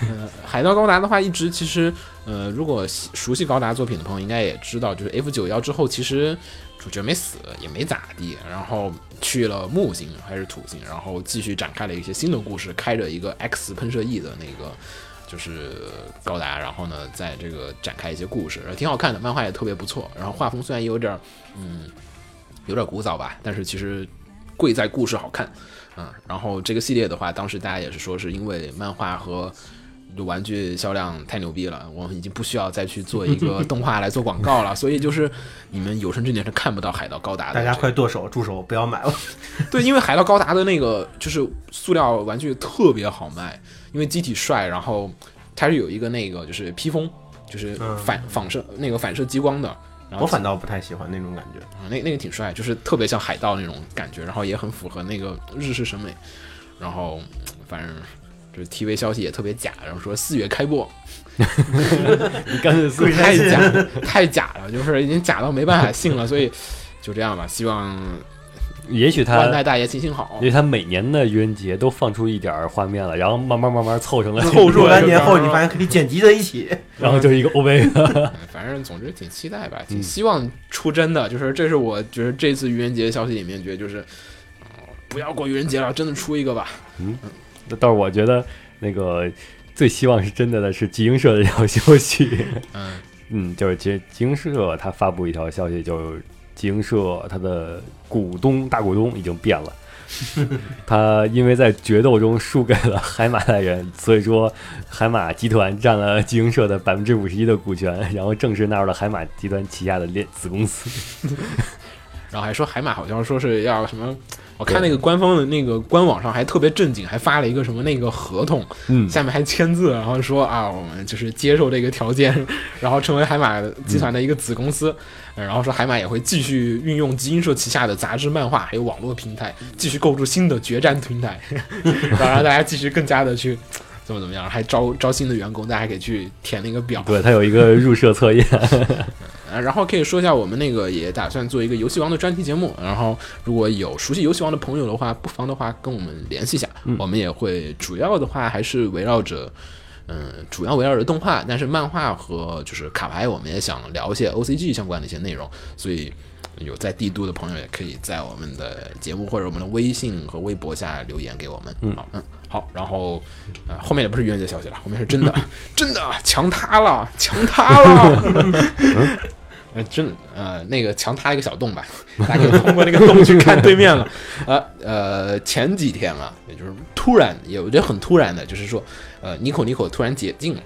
[SPEAKER 4] 呃，海盗高达的话，一直其实，呃，如果喜熟悉高达作品的朋友应该也知道，就是 F 九幺之后，其实主角没死，也没咋地，然后去了木星还是土星，然后继续展开了一些新的故事，开着一个 X 喷射翼的那个就是高达，然后呢，在这个展开一些故事，然后挺好看的，漫画也特别不错，然后画风虽然有点儿，嗯，有点古早吧，但是其实贵在故事好看，嗯，然后这个系列的话，当时大家也是说是因为漫画和呃玩具销量太牛逼了，我们已经不需要再去做一个动画来做广告了，所以就是你们有生之年是看不到海盗高达的、
[SPEAKER 5] 大家快剁手住手，不要买了。
[SPEAKER 4] 对，因为海盗高达的那个就是塑料玩具特别好卖，因为机体帅，然后它是有一个那个就是披风，就是反反射那个反射激光的。然后
[SPEAKER 5] 嗯我反倒不太喜欢那种感觉。
[SPEAKER 4] 啊，那那个挺帅，就是特别像海盗那种感觉，然后也很符合那个日式审美。然后嗯反正就是 TV 消息也特别假，然后说四月开播，
[SPEAKER 2] 你干脆 是
[SPEAKER 4] 太假了，太假了，就是已经假到没办法信了，所以就这样吧。希望
[SPEAKER 2] 也许他
[SPEAKER 4] 万代大爷心情好
[SPEAKER 2] 因为。他每年的愚人节都放出一点儿画面了，然后慢慢慢慢凑成了，
[SPEAKER 4] 凑
[SPEAKER 5] 若
[SPEAKER 4] 出来
[SPEAKER 5] 干
[SPEAKER 4] 就
[SPEAKER 5] 年
[SPEAKER 4] 是
[SPEAKER 5] 后，你发现可以剪辑在一起。
[SPEAKER 2] 然后就是一个 OV 了。
[SPEAKER 4] 嗯反正总之挺期待吧，挺希望出真的，就是这是我觉得这次愚人节消息里面觉得就是，呃不要过愚人节了，真的出一个吧。
[SPEAKER 2] 但是我觉得那个最希望是真的的是集英社的一条消息，
[SPEAKER 4] 嗯，
[SPEAKER 2] 嗯，就是集集英社它发布一条消息，就是集英社它的股东大股东已经变 了。他因为在决斗中输给了海马代人，所以说海马集团占了集英社的百分之五十一的股权，然后正式纳入了海马集团旗下的链子公司。
[SPEAKER 4] 然后还说海马好像说是要什么我看那个官方的那个官网上还特别正经，还发了一个什么那个合同，
[SPEAKER 2] 嗯
[SPEAKER 4] 下面还签字，然后说啊，我们就是接受这个条件，然后成为海马集团的一个子公司，呃然后说海马也会继续运用集英社旗下的杂志、漫画还有网络平台，继续构筑新的决战平台， 然后让大家继续更加的去怎么怎么样，还招招新的员工，大家可以去填那个表，
[SPEAKER 2] 对，它有一个入社测验，
[SPEAKER 4] 呃，然后可以说一下，我们那个也打算做一个游戏王的专题节目。然后，如果有熟悉游戏王的朋友的话，不妨的话跟我们联系一下。我们也会主要的话还是围绕着，嗯、主要围绕着动画，但是漫画和就是卡牌，我们也想聊一些 OCG 相关的一些内容。所以，有在帝都的朋友也可以在我们的节目或者我们的微信和微博下留言给我们。嗯，好，嗯，好。然后，呃，后面也不是愚人节消息了，后面是真的，真的强塌了，强塌了。呃，真的，呃，那个墙塌一个小 洞吧，大家可以通过那个洞去看对面了。呃呃，前几天啊，也就是突然，也我觉得很突然的，就是说，呃，妮可妮可突然解禁了，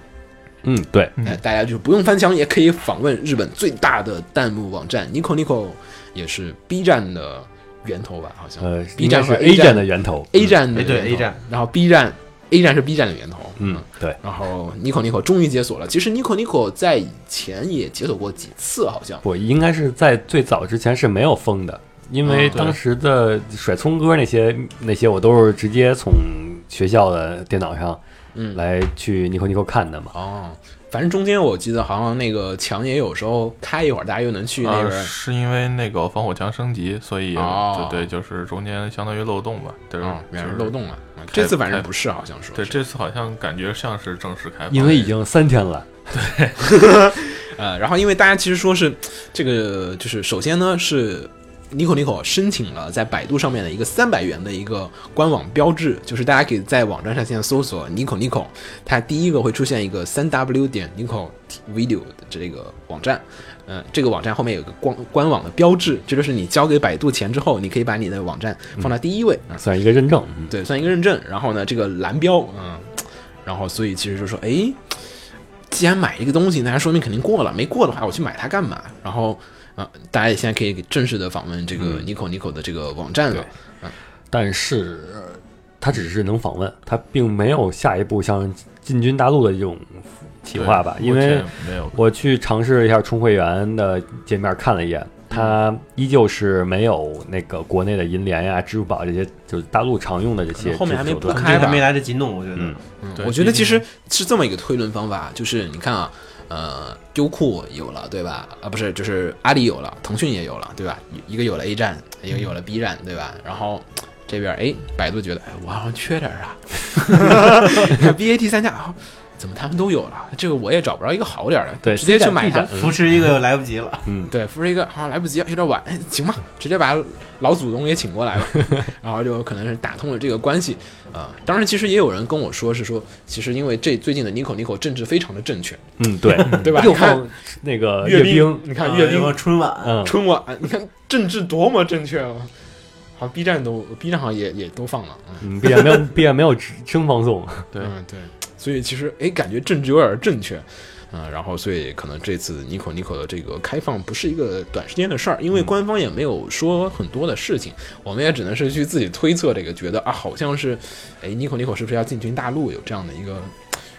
[SPEAKER 2] 嗯，对，
[SPEAKER 4] 呃，大家就不用翻墙，也可以访问日本最大的弹幕网站 Nico Nico，也是 B 站的源头吧，好像。
[SPEAKER 2] 呃，
[SPEAKER 4] B
[SPEAKER 2] 应
[SPEAKER 4] 站
[SPEAKER 2] 该
[SPEAKER 4] 和
[SPEAKER 2] 是
[SPEAKER 4] A
[SPEAKER 2] A
[SPEAKER 4] 站
[SPEAKER 2] 站的源嗯头
[SPEAKER 4] A 站的
[SPEAKER 5] 哎对
[SPEAKER 4] 源头
[SPEAKER 5] A 站，
[SPEAKER 4] 然后 B 站 A 站是 B 站的源头，
[SPEAKER 2] 嗯，对，
[SPEAKER 4] 然后 Nico Nico 终于解锁了。其实 Nico Nico 在以前也解锁过几次，好像。
[SPEAKER 2] 我应该是在最早之前是没有封的，因
[SPEAKER 6] 嗯
[SPEAKER 2] 为当时的甩葱歌那些那些我都是直接从学校的电脑上
[SPEAKER 4] 嗯
[SPEAKER 2] 来去 Nico Nico 看的嘛，
[SPEAKER 4] 哦，反正中间我记得好像那个墙也有时候开一会儿，大家又能去那
[SPEAKER 6] 啊，
[SPEAKER 4] 个。
[SPEAKER 6] 是因为那个防火墙升级，所以
[SPEAKER 4] 哦
[SPEAKER 6] 就对，就是中间相当于漏洞吧，对
[SPEAKER 4] 啊，原来
[SPEAKER 6] 就是是
[SPEAKER 4] 漏。洞了。啊
[SPEAKER 6] 开
[SPEAKER 4] 这次反正不是，好像说
[SPEAKER 6] 对，
[SPEAKER 4] 是
[SPEAKER 6] 这次好像感觉像是正式开放，
[SPEAKER 2] 因为已经三天了，
[SPEAKER 4] 呃，然后因为大家其实说是这个，就是首先呢是 Nico Nico 申请了在百度上面的一个三百元的一个官网标志，就是大家可以在网站上现在搜索 Nico Nico，它第一个会出现一个三 W 点 Nico Video 的这个网站。嗯，这个网站后面有个官官网的标志，这就是你交给百度钱之后，你可以把你的网站放到第一位。啊。
[SPEAKER 2] 算一个认证，嗯
[SPEAKER 4] 对，算一个认证。然后呢，这个蓝标，嗯，然后所以其实就说，哎，既然买一个东西，那还说明肯定过了，没过的话，我去买它干嘛？然后，呃，大家也现在可以正式的访问这个 Nico Nico 的这个网站了。
[SPEAKER 2] 但是呃它只是能访问，它并没有下一步像进军大陆的这种企划吧，
[SPEAKER 6] 对
[SPEAKER 2] 因为
[SPEAKER 6] 目前没有
[SPEAKER 2] 我去尝试一下充会员的界面看了一眼，它依旧是没有那个国内的银联呀、支付宝这些，就是大陆常用的这
[SPEAKER 4] 可
[SPEAKER 2] 些
[SPEAKER 4] 能后面还没
[SPEAKER 2] 支付手
[SPEAKER 4] 铺
[SPEAKER 2] 段。
[SPEAKER 4] 开
[SPEAKER 5] 这
[SPEAKER 4] 嗯吧
[SPEAKER 5] 还没来得及弄，我觉得。
[SPEAKER 2] 嗯
[SPEAKER 6] 对
[SPEAKER 4] 我觉得
[SPEAKER 6] 毕
[SPEAKER 4] 其
[SPEAKER 6] 竟
[SPEAKER 4] 实是这么一个推论方法，就是你看啊，呃，优酷有了，对吧？啊，不是，就是阿里有了，腾讯也有了，对吧？一个有了 A 站，一个有
[SPEAKER 2] 嗯
[SPEAKER 4] 了 B 站，对吧？然后这边哎，百度觉得哎，我好像缺点儿 啊，BAT 三家啊，怎么他们都有了？这个我也找不着一个好点儿的，
[SPEAKER 2] 对
[SPEAKER 4] 直接去买
[SPEAKER 2] B
[SPEAKER 4] 它
[SPEAKER 2] 站。
[SPEAKER 5] 扶持一个又来不及了，
[SPEAKER 4] 对，扶持一个好像来不及，有点晚，哎行吧，直接把老祖宗也请过 来吧，然后就可能是打通了这个关系。呃，当然，其实也有人跟我说是说，其实因为这最近的 Nico Nico 政治非常的正确，
[SPEAKER 2] 嗯，对，
[SPEAKER 4] 对吧？
[SPEAKER 2] 又
[SPEAKER 4] 你看
[SPEAKER 2] 放那个
[SPEAKER 4] 阅
[SPEAKER 2] 阅兵，啊
[SPEAKER 4] 你看阅
[SPEAKER 5] 有个
[SPEAKER 4] 兵、
[SPEAKER 5] 春晚，
[SPEAKER 2] 嗯，
[SPEAKER 4] 春晚，你看政治多么正确啊！好像，B 站都 B 站好像也也都放了，嗯
[SPEAKER 2] 嗯，必然没有，必然没有直声放送。
[SPEAKER 6] 对
[SPEAKER 4] 嗯对，所以其实哎，感觉政治有点正确。嗯，然后所以可能这次 Nico Nico 的这个开放不是一个短时间的事儿，因
[SPEAKER 2] 嗯
[SPEAKER 4] 为官方也没有说很多的事情，我们也只能是去自己推测这个，觉得啊，好像是，哎，Nico Nico 是不是要进军大陆有这样的一个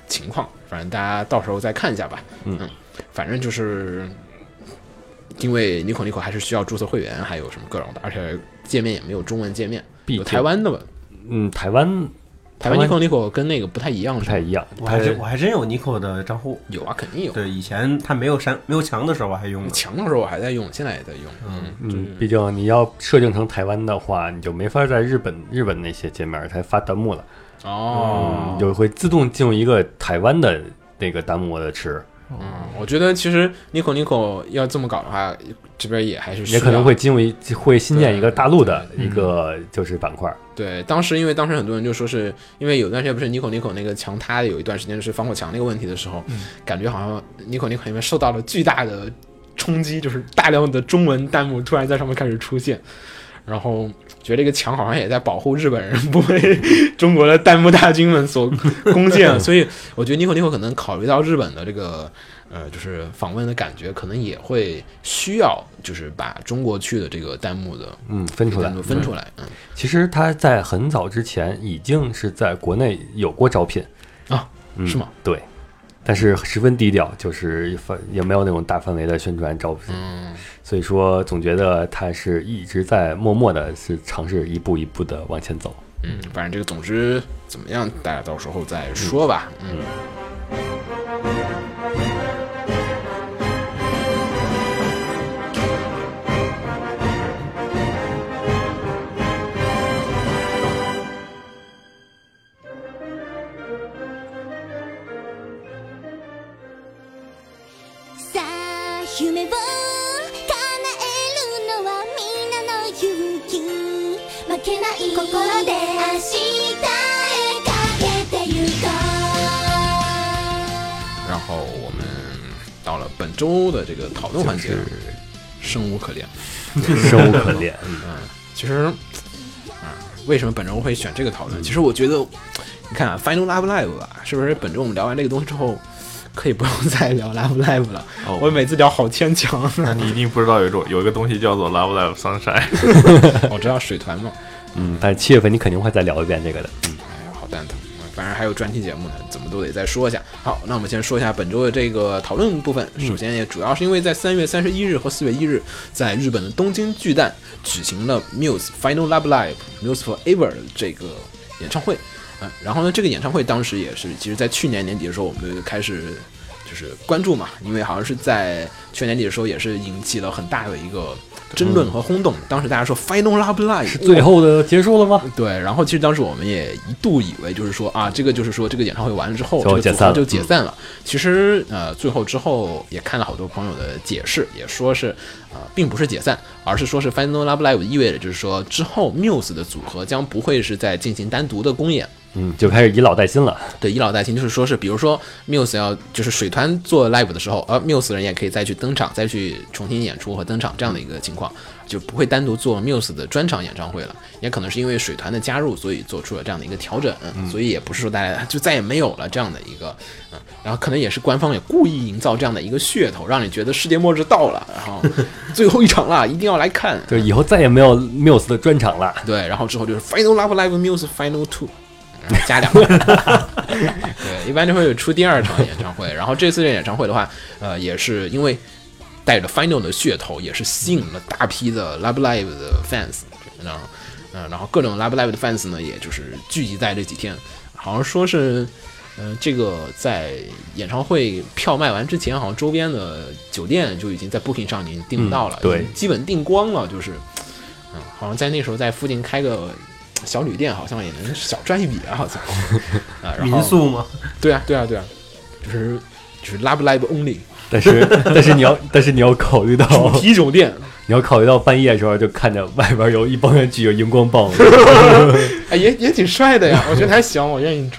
[SPEAKER 4] 情况？反正大家到时候再看一下吧。
[SPEAKER 2] 嗯
[SPEAKER 4] 反正就是因为 Nico Nico 还是需要注册会员，还有什么各种的，而且界面也没有中文界面，
[SPEAKER 2] 毕
[SPEAKER 4] 有
[SPEAKER 2] 竟
[SPEAKER 4] 台，湾的吧？
[SPEAKER 2] 嗯，台湾
[SPEAKER 4] 台湾
[SPEAKER 2] 台湾
[SPEAKER 4] Nico Nico 跟那个不太一样，
[SPEAKER 2] 不
[SPEAKER 4] 是吧
[SPEAKER 2] 太一样，
[SPEAKER 5] 我还真
[SPEAKER 2] 它
[SPEAKER 5] 我还真有 Nico 的账户，
[SPEAKER 4] 有啊，肯定有。
[SPEAKER 5] 对，以前他没有删没有墙的时候我还用过，
[SPEAKER 4] 强的时候我还在用，现在也在用。嗯，
[SPEAKER 2] 嗯，毕竟你要设定成台湾的话，你就没法在日本日本那些界面才发弹幕了，
[SPEAKER 4] 哦
[SPEAKER 2] 嗯，就会自动进入一个台湾的那个弹幕的池，
[SPEAKER 4] 嗯，我觉得其实 Nico Nico 要这么搞的话，这边也还是需要
[SPEAKER 2] 也可能会进入一会新建一个大陆的
[SPEAKER 4] 对
[SPEAKER 2] 一个就是板块。
[SPEAKER 4] 对。当时因为当时很多人就说是因为有段时间不是 Nico Nico 那个墙塌有一段时间是防火墙那个问题的时候，
[SPEAKER 2] 嗯
[SPEAKER 4] 感觉好像 Nico Nico 里面受到了巨大的冲击，就是大量的中文弹幕突然在上面开始出现，然后觉得这个墙好像也在保护日本人不被中国的弹幕大军们所攻 陷，所以我觉得 Nico Nico 可能考虑到日本的这个呃，就是访问的感觉，可能也会需要就是把中国区的这个弹幕的
[SPEAKER 2] 嗯，分出来
[SPEAKER 4] 单独。分出来，嗯
[SPEAKER 2] 其实他在很早之前已经是在国内有过招聘，
[SPEAKER 4] 啊，
[SPEAKER 2] 嗯
[SPEAKER 4] 是吗？
[SPEAKER 2] 对，但是十分低调，就是反也没有那种大范围的宣传招聘，
[SPEAKER 4] 嗯，
[SPEAKER 2] 所以说总觉得他是一直在默默的是尝试一步一步的往 前走。
[SPEAKER 4] 嗯，反正这个，总之怎么样，大家到时候再说吧。嗯。
[SPEAKER 3] さあ夢を叶えるのはみんなの勇気負けない心で明日へかけてゆこ
[SPEAKER 4] 嗯然后我们到了本周的这个讨论环节，生无可恋。
[SPEAKER 2] 生无可恋，
[SPEAKER 4] 其实，嗯，为什么本周会选这个讨论？其实我觉得，你看、啊《Final Love Live》啊，是不是本周我们聊完这个东西之后，可以不用 再聊 Love Live 了？
[SPEAKER 6] 哦
[SPEAKER 4] 我每次聊好牵强啊。
[SPEAKER 6] 那你一定不知道有一种有一个东西叫做 Love Live Sunshine，
[SPEAKER 4] 我哦知道水团嘛，
[SPEAKER 2] 嗯，但七月份你肯定会再聊一遍这个的。
[SPEAKER 4] 哎呀，好蛋疼。反正还有专题节目呢，怎么都得再说一下。好，那我们先说一下本周的这个讨论部分。首先，也主要是因为在三月三十一日和四月一日，在日本的东京巨蛋举行了 Muse Final Love Live Muse Forever 这个演唱会。嗯，然后呢，这个演唱会当时也是，其实在去年年底的时候，我们就开始就是关注嘛，因为好像是在去年年底的时候，也是引起了很大的一个争论和轰动。当时大家说 Final Love Live
[SPEAKER 2] 是最后的结束了吗？
[SPEAKER 4] 对，然后其实当时我们也一度以为就是说啊，这个就是说这个演唱会完了之后，
[SPEAKER 2] 就
[SPEAKER 4] 这个
[SPEAKER 2] 解
[SPEAKER 4] 组
[SPEAKER 2] 散
[SPEAKER 4] 合
[SPEAKER 2] 了嗯
[SPEAKER 4] 就解散了。其实呃，最后之后也看了好多朋友的解释，也说是呃，并不是解散，而是说是 Final Love Live 意味着就是说之后 Muse 的组合将不会是在进行单独的公演，
[SPEAKER 2] 嗯，就开始以老带新了。
[SPEAKER 4] 对，以老带新，就是说是，比如说 Muse 要就是水团做 live 的时候，呃，Muse 人也可以再去登场，再去重新演出和登场这样的一个情况，就不会单独做 Muse 的专场演唱会了。也可能是因为水团的加入，所以做出了这样的一个调整，所以也不是说大家就再也没有了这样的一个，嗯，然后可能也是官方也故意营造这样的一个噱头，让你觉得世界末日到了，然后最后一场了，一定要来看。
[SPEAKER 2] 就以后再也没有 Muse 的专场了。
[SPEAKER 4] 对，然后之后就是 Final Love Live Muse Final Two，然后加两个。对，一般就会有出第二场演唱会。然后这次这演唱会的话，呃，也是因为带着 Final 的噱头，也是吸引了大批的 Love Live 的 fans，然后，嗯、然后各种 Love Live 的 fans 呢，也就是聚集在这几天，好像说是。呃，这个在演唱会票卖完之前，好像周边的酒店就已经在 Booking 上已经订不到了，
[SPEAKER 2] 嗯对
[SPEAKER 4] 已经基本订光了，就是，嗯，好像在那时候在附近开个小旅店，好像也能小赚一笔啊， 好像，啊，然后
[SPEAKER 5] 民宿吗？
[SPEAKER 4] 对啊，对啊，对啊，就是就是 Love Live Only
[SPEAKER 2] 但是 但是你要但是你要考虑到
[SPEAKER 4] 主题酒店，
[SPEAKER 2] 你要考虑到半夜的时候，就看着外边有一帮人举着荧光棒，
[SPEAKER 4] 哎，也也挺帅的呀，我觉得还行，我愿意住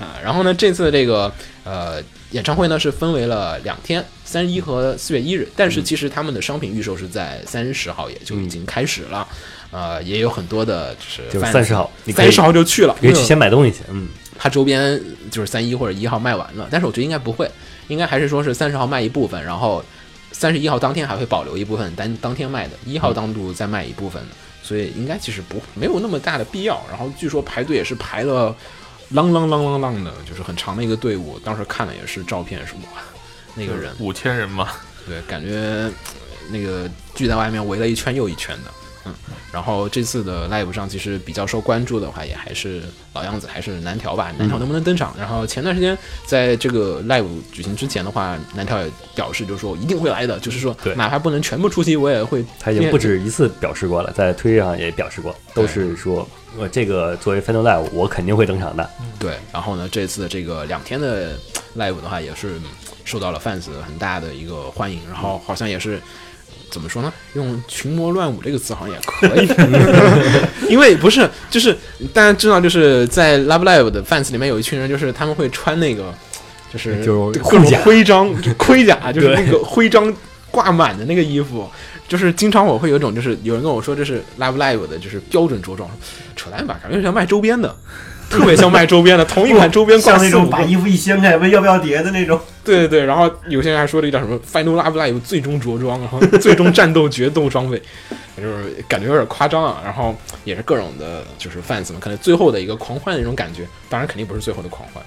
[SPEAKER 4] 啊。然后呢，这次的这个呃演唱会呢是分为了两天，三十一和四月一日，但是其实他们的商品预售是在三十号也就已经开始了，呃，也有很多的就是
[SPEAKER 2] 就是
[SPEAKER 4] fans
[SPEAKER 2] 三十号，你可以
[SPEAKER 4] 三十号就去了，
[SPEAKER 2] 你可以去先买东西去。嗯，
[SPEAKER 4] 它周边就是三一或者一号卖完了，但是我觉得应该不会，应该还是说是三十号卖一部分，然后三十一号当天还会保留一部分单当天卖的，一号单独再卖一部分的，所以应该其实不没有那么大的必要。然后据说排队也是排了啷啷啷啷啷的，就是很长的一个队伍，当时看了也是照片什么，哇那个人
[SPEAKER 6] 五千人嘛，
[SPEAKER 4] 对，感觉呃那个聚在外面围了一圈又一圈的。嗯，然后这次的 live 上其实比较受关注的话，也还是老样子，还是南条吧。
[SPEAKER 2] 嗯
[SPEAKER 4] 南条能不能登场？然后前段时间在这个 live 举行之前的话，南条也表示就是说一定会来的，就是说
[SPEAKER 2] 对
[SPEAKER 4] 哪怕不能全部出席，我也会。
[SPEAKER 2] 他已经不止一次表示过了，在推特上也表示过，都是说我这个作为 Final Live 我肯定会登场的。
[SPEAKER 4] 对，然后呢，这次的这个两天的 live 的话，也是嗯受到了 fans 很大的一个欢迎，然
[SPEAKER 2] 嗯
[SPEAKER 4] 后好像也是。怎么说呢？用“群魔乱舞”这个词好像也可 以，因为不是，就是大家知道，就是在 Love Live 的 fans 里面有一群人，就是他们会穿那个，就是
[SPEAKER 2] 就是
[SPEAKER 4] 各种
[SPEAKER 2] 盔甲
[SPEAKER 4] 徽章、就盔甲，就是那个徽章挂满的那个衣服，就是经常我会有一种就是有人跟我说这是 Love Live 的，就是标准着装，扯淡吧，感觉像卖周边 的，特别像卖周边的，同一款周边挂
[SPEAKER 5] 像那
[SPEAKER 4] 四五
[SPEAKER 5] 种
[SPEAKER 4] 个
[SPEAKER 5] 把衣服一掀开问要不要叠的那 种，
[SPEAKER 4] 对对对，然后有些人还说这个叫什么 “Final Love Live” 最终着装， 然后最终战斗决斗装备，就是感觉有点夸张啊。然后也是各种的，就是 fans 们可能最后的一个狂欢的那种感觉，当然肯定不是最后的狂欢。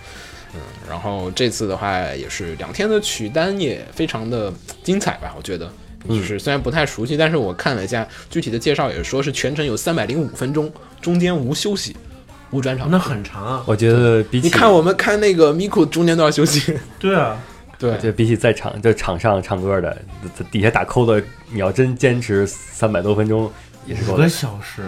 [SPEAKER 4] 嗯，然后这次的话也是两天的曲单也非常的精彩吧，我觉得。就是虽然不太熟悉，但是我看了一下具体的介绍，也说是全程有三百零五分钟，中间无休息，无转场。
[SPEAKER 5] 那很长啊。
[SPEAKER 2] 我觉得比起
[SPEAKER 4] 你看我们看那个 Miku 中间都要休息，
[SPEAKER 5] 对啊，
[SPEAKER 4] 对，
[SPEAKER 2] 就比起在场就场上唱歌的，在底下打 call 的，你要真坚持三百多分钟也是
[SPEAKER 6] 五
[SPEAKER 2] 够
[SPEAKER 6] 个
[SPEAKER 2] 的。
[SPEAKER 6] 小时。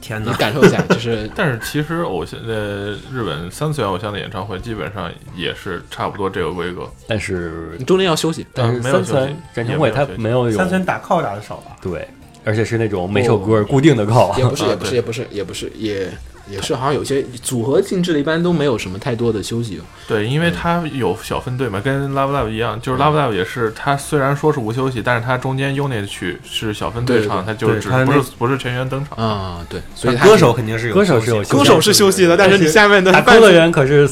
[SPEAKER 5] 天
[SPEAKER 4] 你
[SPEAKER 5] 哪！
[SPEAKER 4] 感受一下，就是
[SPEAKER 6] 但是其实偶像呃，日本三次元偶像的演唱会基本上也是差不多这个规格，
[SPEAKER 2] 但是
[SPEAKER 4] 你中间要休息，
[SPEAKER 2] 但是
[SPEAKER 6] 没有
[SPEAKER 2] 三次
[SPEAKER 6] 休息
[SPEAKER 2] 元演唱会它没有
[SPEAKER 5] 三
[SPEAKER 2] 有
[SPEAKER 5] 拳打 call 打的少吧？
[SPEAKER 2] 对，而且是那种每首歌固定的 call，
[SPEAKER 4] 也不是，
[SPEAKER 6] 啊
[SPEAKER 4] 也不是，
[SPEAKER 6] 对
[SPEAKER 4] 也不是，也不是，也也是，好像有些组合性质的，一般都没有什么太多的休息。
[SPEAKER 6] 对，因为它有小分队嘛，跟 Love Live 一样，就是 Love Live 也是，它虽然说是无休息，但是它中间 UNI 曲是小分队唱，它
[SPEAKER 4] 对
[SPEAKER 6] 就只
[SPEAKER 5] 对它
[SPEAKER 6] 不
[SPEAKER 5] 那
[SPEAKER 6] 是不是全员登场。
[SPEAKER 4] 啊，对，所以它
[SPEAKER 5] 歌手肯定是有
[SPEAKER 2] 歌手是有
[SPEAKER 4] 歌手是休息的，但是你下面的
[SPEAKER 2] 打 call 的人可是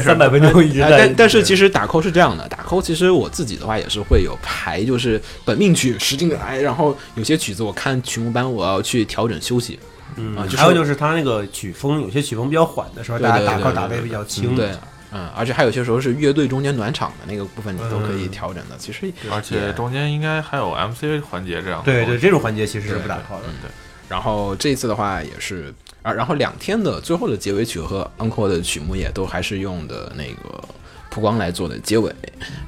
[SPEAKER 2] 三百分钟一直
[SPEAKER 4] 哎，
[SPEAKER 2] 在
[SPEAKER 4] 但。但是其实打 call 是这样的，打 call 其实我自己的话也是会有排，就是本命曲使劲来，然后有些曲子我看曲目班我要去调整休息。
[SPEAKER 5] 嗯
[SPEAKER 4] 啊就是
[SPEAKER 5] 还有就是他那个曲风，有些曲风比较缓的时候，
[SPEAKER 4] 对对
[SPEAKER 5] 大家打
[SPEAKER 4] 对
[SPEAKER 5] call
[SPEAKER 4] 对
[SPEAKER 5] 打的
[SPEAKER 4] 对
[SPEAKER 5] 也比较轻。
[SPEAKER 4] 对，嗯，而且还有些时候是乐队中间暖场的那个部分，你都可以调整的。其实也，
[SPEAKER 6] 而且中间应该还有 MC 环节这样的
[SPEAKER 5] 对
[SPEAKER 6] 东
[SPEAKER 5] 对，
[SPEAKER 6] 西
[SPEAKER 5] 这种环节其实是
[SPEAKER 4] 对
[SPEAKER 5] 不打 call 的。
[SPEAKER 4] 然后这次的话也是啊，然后两天的最后的结尾曲和 encore 的曲目也都还是用的那个曝光来做的结尾，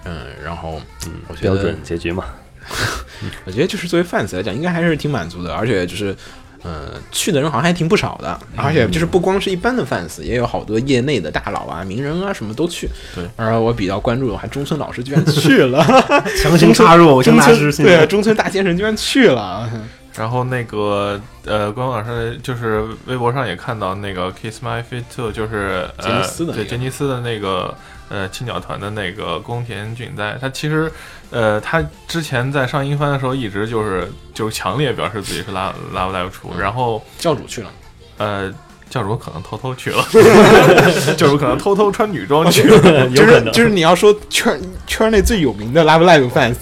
[SPEAKER 4] 嗯，然后我觉
[SPEAKER 2] 标
[SPEAKER 4] 得
[SPEAKER 2] 准结局嘛，
[SPEAKER 4] 我觉得就是作为 fans 来讲，应该还是挺满足的，而且就是。嗯，去的人好像还挺不少的，而且就是不光是一般的 fans，也有好多业内的大佬啊、名人啊，什么都去。
[SPEAKER 6] 对，
[SPEAKER 4] 而我比较关注的，还中村老师居然去了，
[SPEAKER 5] 强行插入偶像
[SPEAKER 4] 中
[SPEAKER 5] 大师
[SPEAKER 4] 村
[SPEAKER 5] 信
[SPEAKER 4] 对啊，中村大先生居然去了。
[SPEAKER 6] 然后那个呃，官网上就是微博上也看到那个 Kiss My Feet Too，就是
[SPEAKER 4] 杰尼
[SPEAKER 6] 呃
[SPEAKER 4] 斯的那
[SPEAKER 6] 对
[SPEAKER 4] 个
[SPEAKER 6] 杰尼斯的那个呃青鸟团的那个宫田俊哉，他其实呃他之前在上英番的时候一直就是就是强烈表示自己是拉拉不 Live 出，
[SPEAKER 4] 嗯
[SPEAKER 6] 然后
[SPEAKER 4] 教主去了，
[SPEAKER 6] 呃。教主可能偷偷 去了，教主可能偷偷穿女装去了。
[SPEAKER 2] 有
[SPEAKER 4] 就
[SPEAKER 2] 可
[SPEAKER 4] 是
[SPEAKER 2] 能
[SPEAKER 4] 就是你要说圈圈内最有名的 Love Live fans，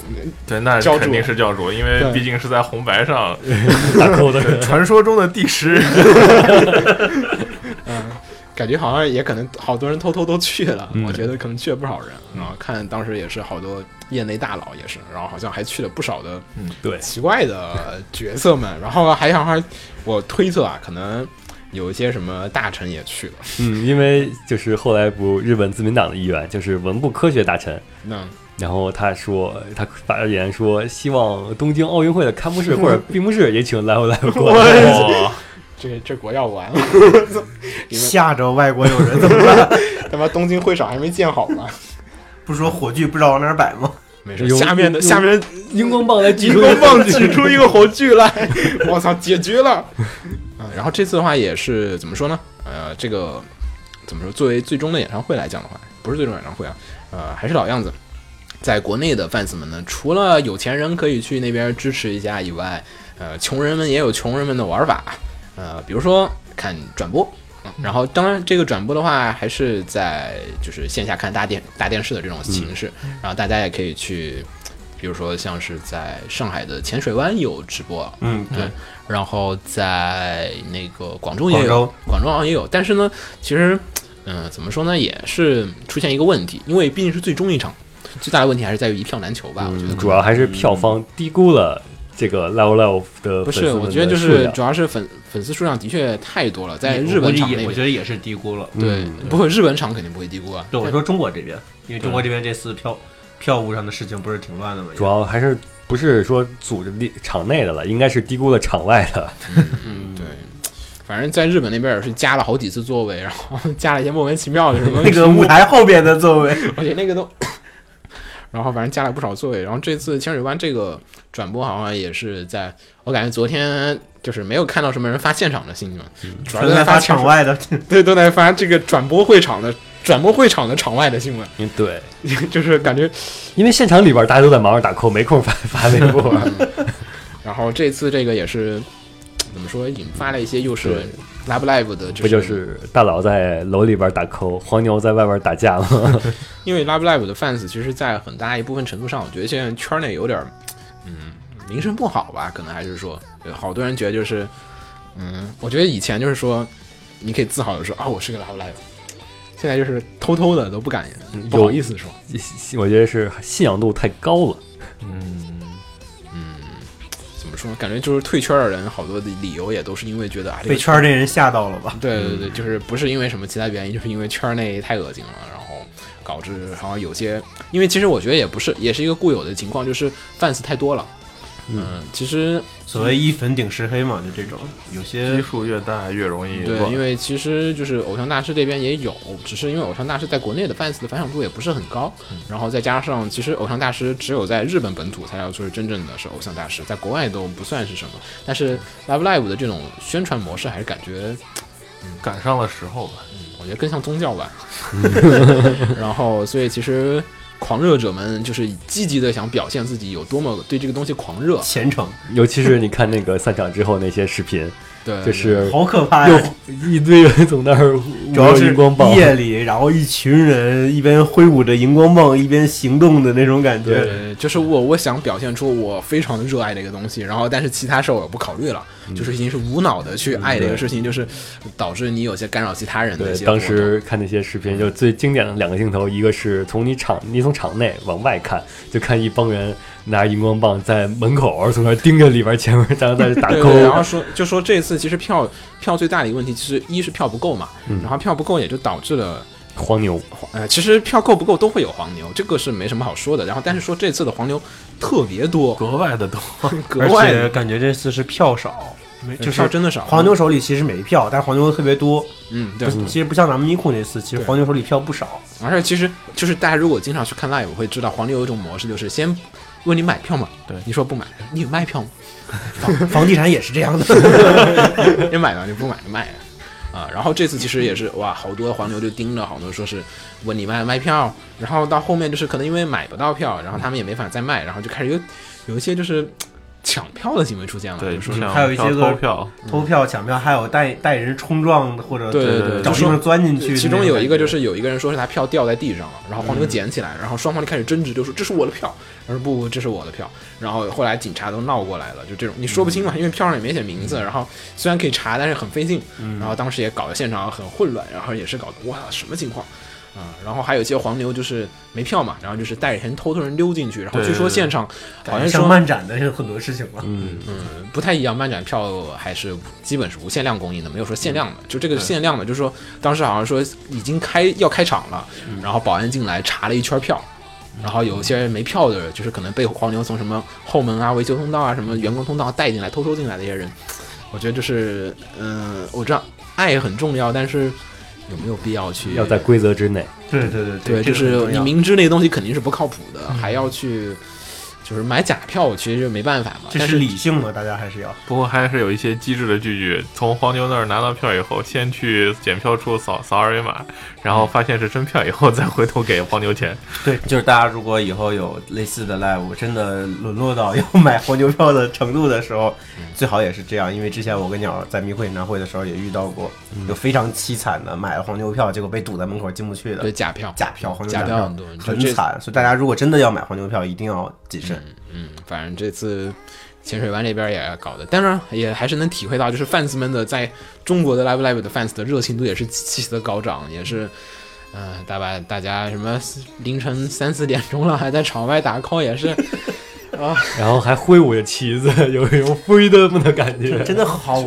[SPEAKER 6] 对，那
[SPEAKER 4] 教主
[SPEAKER 6] 肯定是教主，因为
[SPEAKER 4] 对
[SPEAKER 6] 毕竟是在红白上，
[SPEAKER 2] 打 call 的 人
[SPEAKER 6] 传说中的第十人。
[SPEAKER 4] 感觉好像也可能好多人偷偷都去了，
[SPEAKER 2] 嗯
[SPEAKER 4] 我觉得可能去了不少人啊。看当时也是好多业内大佬也是，然后好像还去了不少的
[SPEAKER 2] 对，
[SPEAKER 4] 奇怪的角色们，然后还想还我推测啊，可能有一些什么大臣也去了。
[SPEAKER 2] 嗯，因为就是后来不日本自民党的议员就是文部科学大臣，
[SPEAKER 4] 那
[SPEAKER 2] 然后他说，他发言说，希望东京奥运会的开幕式或者闭幕式也请 Live Live 过来。
[SPEAKER 6] 哇，
[SPEAKER 4] 这这国要完了，
[SPEAKER 5] 吓着外国友人怎么办？
[SPEAKER 4] 他妈东京会场还没建好呢。
[SPEAKER 5] 不是说火炬不知道往哪儿摆吗？
[SPEAKER 4] 没事，
[SPEAKER 2] 用
[SPEAKER 4] 下面的
[SPEAKER 2] 用
[SPEAKER 4] 下面
[SPEAKER 2] 荧光棒来举
[SPEAKER 4] 举
[SPEAKER 2] 出
[SPEAKER 4] 出棒举出一个火炬来， 我操，解决了。啊，然后这次的话也是怎么说呢？呃，这个怎么说？作为最终的演唱会来讲的话，不是最终演唱会啊，呃，还是老样子。在国内的 fans 们呢，除了有钱人可以去那边支持一下以外，呃，穷人们也有穷人们的玩法，呃，比如说看转播，嗯然后当然这个转播的话，还是在就是线下看大电大电视的这种形式，然后大家也可以去，比如说像是在上海的浅水湾有直播，
[SPEAKER 5] 嗯，
[SPEAKER 4] 对，然后在那个广州也
[SPEAKER 5] 广
[SPEAKER 4] 有，
[SPEAKER 5] 州
[SPEAKER 4] 广州好像也有，但是呢，其实，嗯、怎么说呢，也是出现一个问题，因为毕竟是最终一场，最大的问题还是在于一票难求吧，我觉得
[SPEAKER 2] 嗯主要还是票方低估了这个 Live Live 的
[SPEAKER 4] 不
[SPEAKER 2] 粉丝
[SPEAKER 4] 是，
[SPEAKER 2] 们的
[SPEAKER 4] 我觉得就
[SPEAKER 2] 数
[SPEAKER 4] 是
[SPEAKER 2] 量
[SPEAKER 4] 主要是粉粉丝数量的确太多了，在日本嗯场那边，
[SPEAKER 5] 得也是低估了。
[SPEAKER 4] 对，
[SPEAKER 2] 嗯
[SPEAKER 4] 不会日本场肯定不会低估啊，
[SPEAKER 5] 对，我说中国这边，因为中国这边这次票票务上的事情不是挺乱的吗？
[SPEAKER 2] 主要还是不是说组织力场内的了，应该是低估了场外的。
[SPEAKER 4] 嗯，对。反正在日本那边也是加了好几次座位，然后 加了一些莫名其妙的什么
[SPEAKER 5] 那个舞台后边的座位，
[SPEAKER 4] 而且那个都，然后反正加了不少座位。然后这次清水湾这个转播好像也是在，我感觉昨天就是没有看到什么人发现场的新闻，主要都
[SPEAKER 5] 全
[SPEAKER 4] 在
[SPEAKER 5] 在发
[SPEAKER 4] 场
[SPEAKER 5] 场，外的。
[SPEAKER 4] 对，都在发这个转播会场的转播会场的场外的新闻，
[SPEAKER 2] 嗯，对，
[SPEAKER 4] 就是感觉。
[SPEAKER 2] 因为现场里边大家都在忙着打 call，没空发发微 博。
[SPEAKER 4] 嗯然后这次这个也是怎么说，引发了一些又是 Love Live 的，
[SPEAKER 2] 不就是大佬在楼里边打 call，黄牛在外边打架吗？
[SPEAKER 4] 因为 Love Live 的 fans，其实，在很大一部分程度上，我觉得现在圈内有点儿，嗯，名声不好吧？可能还是说，有好多人觉得就是，嗯，我觉得以前就是说，你可以自豪的说啊，我是个 Love Live，现在就是偷偷的都不敢，嗯不好意思说。
[SPEAKER 2] 我觉得是信仰度太高了。
[SPEAKER 6] 嗯，
[SPEAKER 4] 怎么说？感觉就是退圈的人，好多的理由也都是因为觉得啊，这个
[SPEAKER 5] 被圈儿这人吓到了吧？
[SPEAKER 4] 对对对，就是不是因为什么其他原因， 就是因为圈内太恶心了，然后导致好像有些，因为其实我觉得也不是，也是一个固有的情况，就是 fans 太多了。嗯、其实
[SPEAKER 5] 所谓一粉顶十黑嘛，就这种有
[SPEAKER 6] 基
[SPEAKER 5] 些
[SPEAKER 6] 数越大越容易
[SPEAKER 4] 对，
[SPEAKER 6] 乱
[SPEAKER 4] 因为其实就是偶像大师这边也有，只是因为偶像大师在国内的 fans 的反响度也不是很高，然后再加上其实偶像大师只有在日本本土才要说是真正的是偶像大师，在国外都不算是什么。但是 Love Live 的这种宣传模式还是感觉
[SPEAKER 6] 赶上了时候吧。
[SPEAKER 4] 我觉得更像宗教 吧。然后，所以其实狂热者们就是积极的想表现自己有多么对这个东西狂热，
[SPEAKER 5] 虔诚，
[SPEAKER 2] 尤其是你看那个散场之后那些视频，
[SPEAKER 4] 对，
[SPEAKER 2] 就是
[SPEAKER 5] 好可怕呀！
[SPEAKER 2] 又一堆人从那儿舞
[SPEAKER 5] 主要
[SPEAKER 2] 着
[SPEAKER 5] 是
[SPEAKER 2] 荧光棒，
[SPEAKER 5] 夜里，然后一群人一边挥舞着荧光棒，一边行动的那种感觉。
[SPEAKER 4] 呃，就是我我想表现出我非常热爱这个东西，然后但是其他事儿我不考虑了，
[SPEAKER 2] 嗯
[SPEAKER 4] 就是已经是无脑的去爱这个事情，就是导致你有些干扰其他人的
[SPEAKER 2] 对
[SPEAKER 4] 一，些活动。
[SPEAKER 2] 当时看那些视
[SPEAKER 4] 嗯
[SPEAKER 2] 频，就最经典的两个镜头，一个是从你场，你从场内往外看，就看一帮人拿荧光棒在门口，从那儿盯着里边前面大家在打
[SPEAKER 4] 对
[SPEAKER 2] call，
[SPEAKER 4] 对，然后说就说这次其实票票最大的一个问题，其实一是票不够嘛，
[SPEAKER 2] 嗯
[SPEAKER 4] 然后票不够也就导致了
[SPEAKER 2] 黄牛，
[SPEAKER 4] 呃，其实票够不够都会有黄牛，这个是没什么好说的。然后，但是说这次的黄牛特别多，
[SPEAKER 6] 国外的都
[SPEAKER 4] 格外的
[SPEAKER 5] 感觉这次是票少，没就
[SPEAKER 4] 票
[SPEAKER 5] 是
[SPEAKER 4] 真的少。
[SPEAKER 5] 黄牛，手里其实没票，但是黄牛特别多。
[SPEAKER 4] 嗯，对
[SPEAKER 5] 不。是，其实不像咱们咪库那次，其实
[SPEAKER 4] 对
[SPEAKER 5] 黄牛手里票不少。
[SPEAKER 4] 而且其实就是大家如果经常去看 live，会知道黄牛有一种模式，就是先问你买票吗？
[SPEAKER 6] 对
[SPEAKER 4] 你说不买，你有卖票吗？
[SPEAKER 5] 房地产也是这样的，
[SPEAKER 4] 你买了，你不买就卖了。啊，然后这次其实也是哇，好多黄牛就盯着，好多说是问你卖不卖票，然后到后面就是可能因为买不到票，然后他们也没法再卖，然后就开始有有一些就是嘖抢票的行为出现了，
[SPEAKER 6] 对，
[SPEAKER 4] 就说
[SPEAKER 6] 像
[SPEAKER 5] 还有一些个
[SPEAKER 6] 投票，
[SPEAKER 5] 偷票抢票，还有带带人冲撞的或者
[SPEAKER 4] 对对对
[SPEAKER 5] 找地
[SPEAKER 4] 就
[SPEAKER 5] 方
[SPEAKER 4] 说
[SPEAKER 5] 钻进去。
[SPEAKER 4] 其中有一个就是有一个人说是他票掉在地上了，然后黄牛
[SPEAKER 5] 嗯
[SPEAKER 4] 捡起来，然后双方就开始争执，就说这是我的票，他说不不这是我的票，然后后来警察都闹过来了，就这种你说不
[SPEAKER 5] 嗯
[SPEAKER 4] 清嘛，因为票上也没写名字，然后虽然可以查，但是很费劲，
[SPEAKER 5] 嗯
[SPEAKER 4] 然后当时也搞得现场很混乱，然后也是搞得哇什么情况。啊、然后还有一些黄牛就是没票嘛，然后就是带着人偷偷人溜进去，然后
[SPEAKER 6] 对
[SPEAKER 4] 据说
[SPEAKER 6] 对对
[SPEAKER 4] 现场好
[SPEAKER 5] 好
[SPEAKER 4] 像
[SPEAKER 5] 像像
[SPEAKER 4] 说嗯
[SPEAKER 5] 漫展的很多事情嘛。
[SPEAKER 4] 不太一样，漫展票还是基本是无限量供应的，没有说限量的。
[SPEAKER 5] 嗯
[SPEAKER 4] 就这个限量的，就是说当时好像说已经开要开场了，
[SPEAKER 5] 嗯
[SPEAKER 4] 然后保安进来查了一圈票，然后有些人没票的，就是可能被黄牛从什么后门啊、维修通道啊、什么员工通道带进来、偷偷进来的一些人，我觉得就是，嗯、我知道爱很重要，但是有没有必要
[SPEAKER 5] 嗯
[SPEAKER 4] 去
[SPEAKER 2] 要在规则之内。
[SPEAKER 5] 对对对
[SPEAKER 4] 对，就
[SPEAKER 5] 这
[SPEAKER 4] 是
[SPEAKER 5] 个很重
[SPEAKER 4] 你
[SPEAKER 5] 要嗯
[SPEAKER 4] 明知那个东西肯定是不靠谱的，还要去就是买假票，其实没办法嘛。
[SPEAKER 5] 这
[SPEAKER 4] 但
[SPEAKER 5] 是
[SPEAKER 4] 是
[SPEAKER 5] 理性嘛，大家还是要。
[SPEAKER 6] 不过还是有一些机智的拒绝。从黄牛那儿拿到票以后，先去检票处扫扫二维码，然后发现是真票以后，再回头给黄牛钱。
[SPEAKER 5] 就是大家如果以后有类似的 live，真的沦落到要买黄牛票的程度的时候，
[SPEAKER 4] 嗯
[SPEAKER 5] 最好也是这样。因为之前我跟鸟儿在迷会演唱会的时候也遇到过，
[SPEAKER 4] 嗯
[SPEAKER 5] 有非常凄惨的买了黄牛票，结果被堵在门口进不去
[SPEAKER 4] 对
[SPEAKER 5] 的
[SPEAKER 4] 假票，
[SPEAKER 5] 假票，黄牛
[SPEAKER 4] 假
[SPEAKER 5] 票
[SPEAKER 4] 票很多人就
[SPEAKER 5] 很
[SPEAKER 4] 这
[SPEAKER 5] 惨。所以大家如果真的要买黄牛票，一定要谨慎。
[SPEAKER 4] 嗯，反正这次浅水湾这边也搞的，当然也还是能体会到，就是 fans 们的在中国的 Live Live 的 fans 的热情度也是极其的高涨，也是，嗯、大把大家什么凌晨三四点钟了还在场外打 call，也是
[SPEAKER 2] 然后还挥舞着旗子， 有一种 freedom 的感觉。
[SPEAKER 5] 真的好，